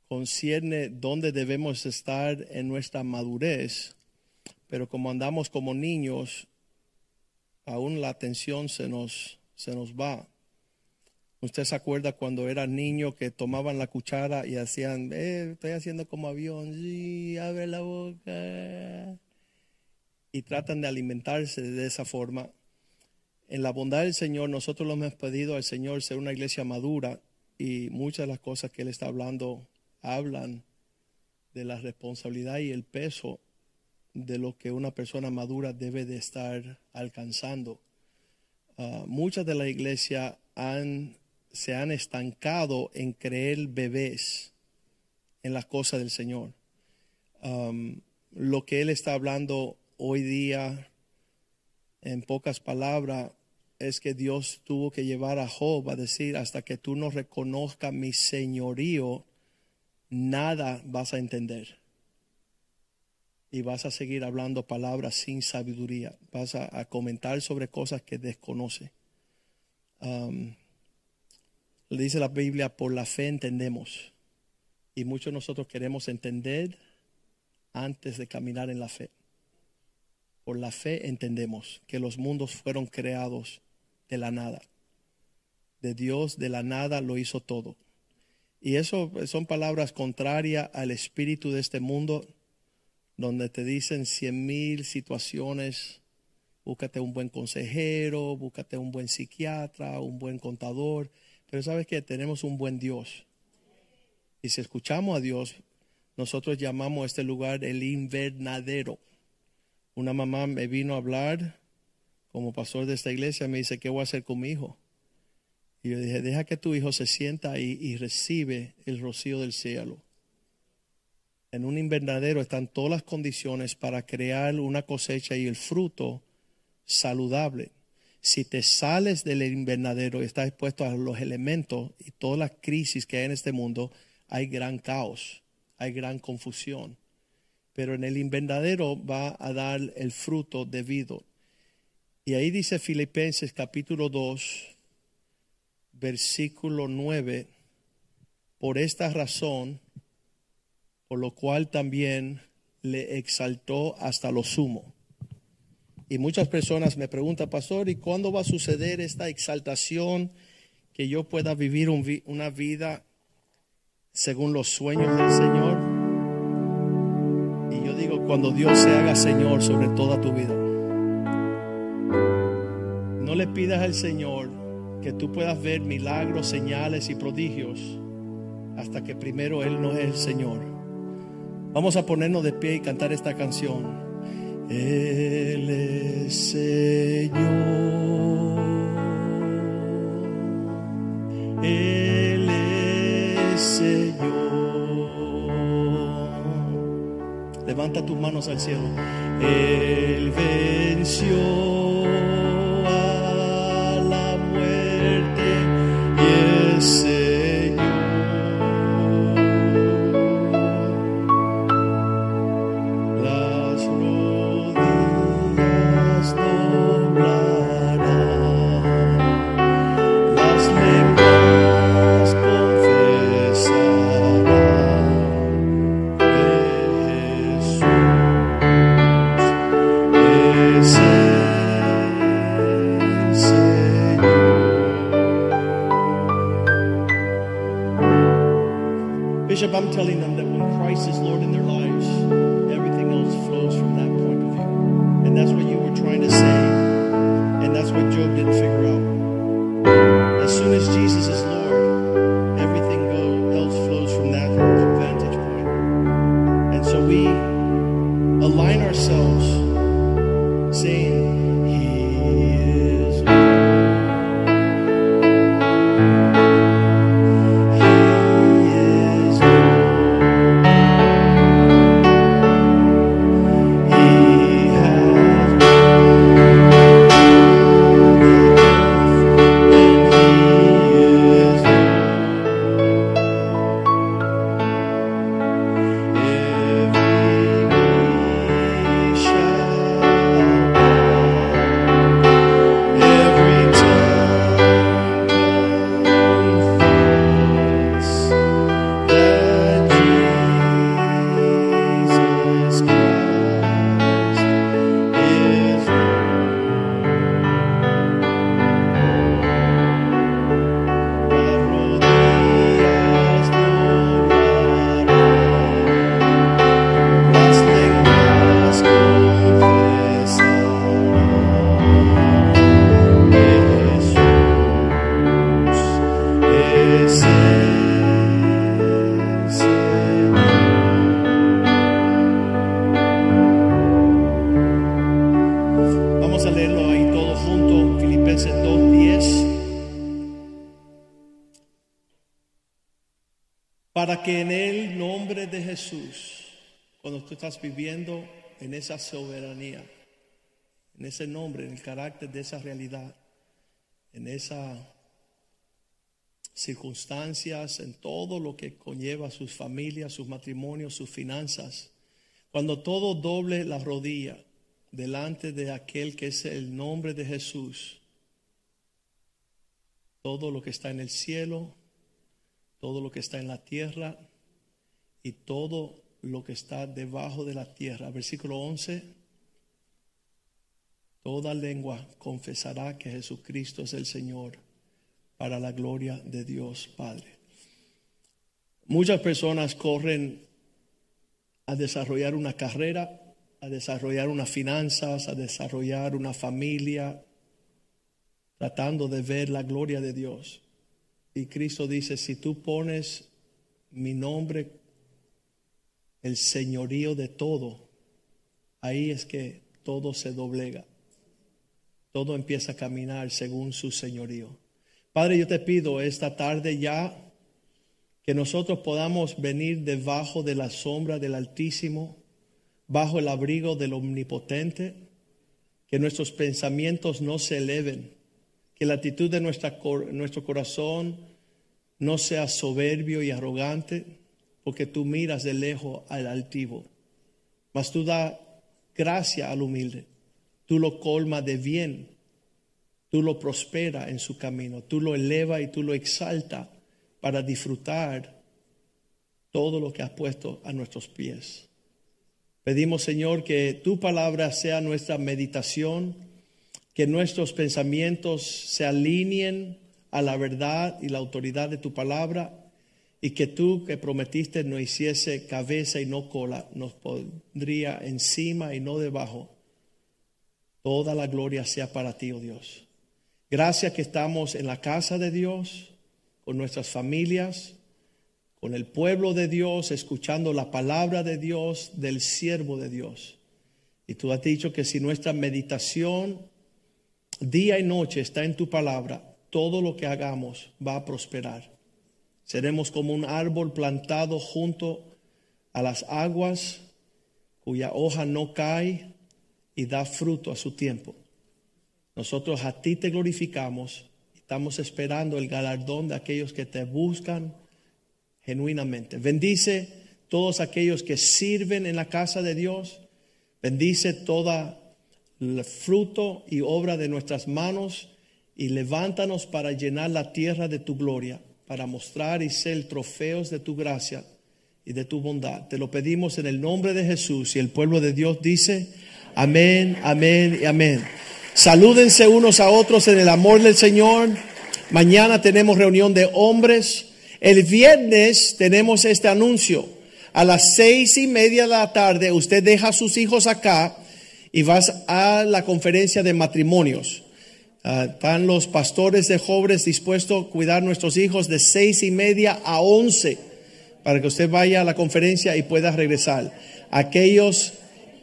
C: concierne dónde debemos estar en nuestra madurez, pero como andamos como niños, aún la atención se nos, se nos va. Usted se acuerda cuando era niño que tomaban la cuchara y hacían, "Eh, estoy haciendo como avión, sí, abre la boca. Y tratan de alimentarse de esa forma. En la bondad del Señor, nosotros le hemos pedido al Señor ser una iglesia madura y muchas de las cosas que Él está hablando hablan de la responsabilidad y el peso de lo que una persona madura debe de estar alcanzando. Ah, muchas de las iglesias han, se han estancado en creer bebés en las cosas del Señor. Am, lo que Él está hablando hoy día, en pocas palabras, es que Dios tuvo que llevar a Job a decir, hasta que tú no reconozcas mi señorío, nada vas a entender y vas a seguir hablando palabras sin sabiduría. Vas a, a comentar sobre cosas que desconoce. Am, le dice la Biblia, por la fe entendemos. Y muchos de nosotros queremos entender antes de caminar en la fe. Por la fe entendemos que los mundos fueron creados de la nada. De Dios, de la nada, lo hizo todo. Y eso pues, son palabras contrarias al espíritu de este mundo, donde te dicen cien mil situaciones, búscate un buen consejero, búscate un buen psiquiatra, un buen contador, pero sabes que tenemos un buen Dios. Y si escuchamos a Dios,
B: Nosotros llamamos a este lugar el invernadero. Una mamá me vino a hablar como pastor de esta iglesia, me dice, ¿qué voy a hacer con mi hijo? Y yo dije, deja que tu hijo se sienta ahí y recibe el rocío del cielo. En un invernadero están todas las condiciones para crear una cosecha y el fruto saludable. Si te sales del invernadero y estás expuesto a los elementos y todas las crisis que hay en este mundo, hay gran caos, hay gran confusión. Pero en el invernadero va a dar el fruto debido. Y ahí dice Filipenses capítulo 2, versículo 9, por esta razón, por lo cual también le exaltó hasta lo sumo. Y muchas personas me preguntan, pastor, ¿y cuándo va a suceder esta exaltación que yo pueda vivir un vi- una vida según los sueños del Señor? Y yo digo, cuando Dios se haga Señor sobre toda tu vida. No le pidas al Señor que tú puedas ver milagros, señales y prodigios hasta que primero Él no es el Señor. Vamos a ponernos de pie y cantar esta canción. Él es Señor. Él es Señor. Levanta tus manos al cielo. Él venció a la muerte y es Señor las rodillas doblarán, las lenguas confesarán que Jesús es el Señor. Bishop, I'm telling them that when Christ is Lord in their lives, everything else flows from that point of view. And that's what you were trying to say. And that's what Job didn't figure out. As soon as Jesus is Lord, everything go- else flows from that vantage point. And so we align ourselves saying, He is Lord. He is Lord. He has Jesus Christ is las rodillas doblarán, las lenguas confesarán que Jesús es el Señor. Vamos a leerlo ahí todos juntos, Filipenses 2.10. Para que en el nombre de Jesús, cuando tú estás viviendo en esa soberanía, en ese nombre, en el carácter de esa realidad, en esas circunstancias, en todo lo que conlleva sus familias, sus matrimonios, sus finanzas, cuando todo doble la rodilla delante de aquel que es el nombre de Jesús, todo lo que está en el cielo, todo lo que está en la tierra y todo lo que está debajo de la tierra. Versículo 11. Toda lengua confesará que Jesucristo es el Señor para la gloria de Dios Padre. Muchas personas corren a desarrollar una carrera, a desarrollar unas finanzas, a desarrollar una familia, tratando de ver la gloria de Dios. Y Cristo dice, si tú pones mi nombre el señorío de todo, ahí es que todo se doblega. Todo empieza a caminar según su señorío. Padre, yo te pido esta tarde ya que nosotros podamos venir debajo de la sombra del Altísimo, bajo el abrigo del Omnipotente, que nuestros pensamientos no se eleven, que la actitud de nuestra cor- nuestro corazón no sea soberbio y arrogante, porque tú miras de lejos al altivo, mas tú das gracia al humilde, tú lo colmas de bien, tú lo prosperas en su camino, tú lo elevas y tú lo exaltas para disfrutar todo lo que has puesto a nuestros pies. Pedimos, Señor, que tu palabra sea nuestra meditación, que nuestros pensamientos se alineen a la verdad y la autoridad de tu palabra, y que tú que prometiste no hiciese cabeza y no cola, nos pondría encima y no debajo. Toda la gloria sea para ti, oh Dios. Gracias que estamos en la casa de Dios, con nuestras familias, con el pueblo de Dios, escuchando la palabra de Dios, del siervo de Dios. Y tú has dicho que si nuestra meditación día y noche está en tu palabra, todo lo que hagamos va a prosperar. Seremos como un árbol plantado junto a las aguas, cuya hoja no cae y da fruto a su tiempo. Nosotros a ti te glorificamos, estamos esperando el galardón de aquellos que te buscan genuinamente. Bendice todos aquellos que sirven en la casa de Dios. Bendice toda el fruto y obra de nuestras manos y levántanos para llenar la tierra de tu gloria, para mostrar y ser trofeos de tu gracia y de tu bondad. Te lo pedimos en el nombre de Jesús y el pueblo de Dios dice, amén, amén y amén. Salúdense unos a otros en el amor del Señor. Mañana tenemos reunión de hombres. El viernes tenemos este anuncio. A las seis y media de la tarde usted deja a sus hijos acá y vas a la conferencia de matrimonios. Ah, están los pastores de jóvenes dispuestos a cuidar nuestros hijos de seis y media a once para que usted vaya a la conferencia y pueda regresar. Aquellos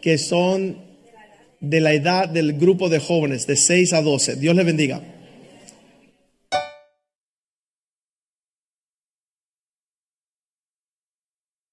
B: que son de la edad del grupo de jóvenes, de 6 a 12. Dios le bendiga.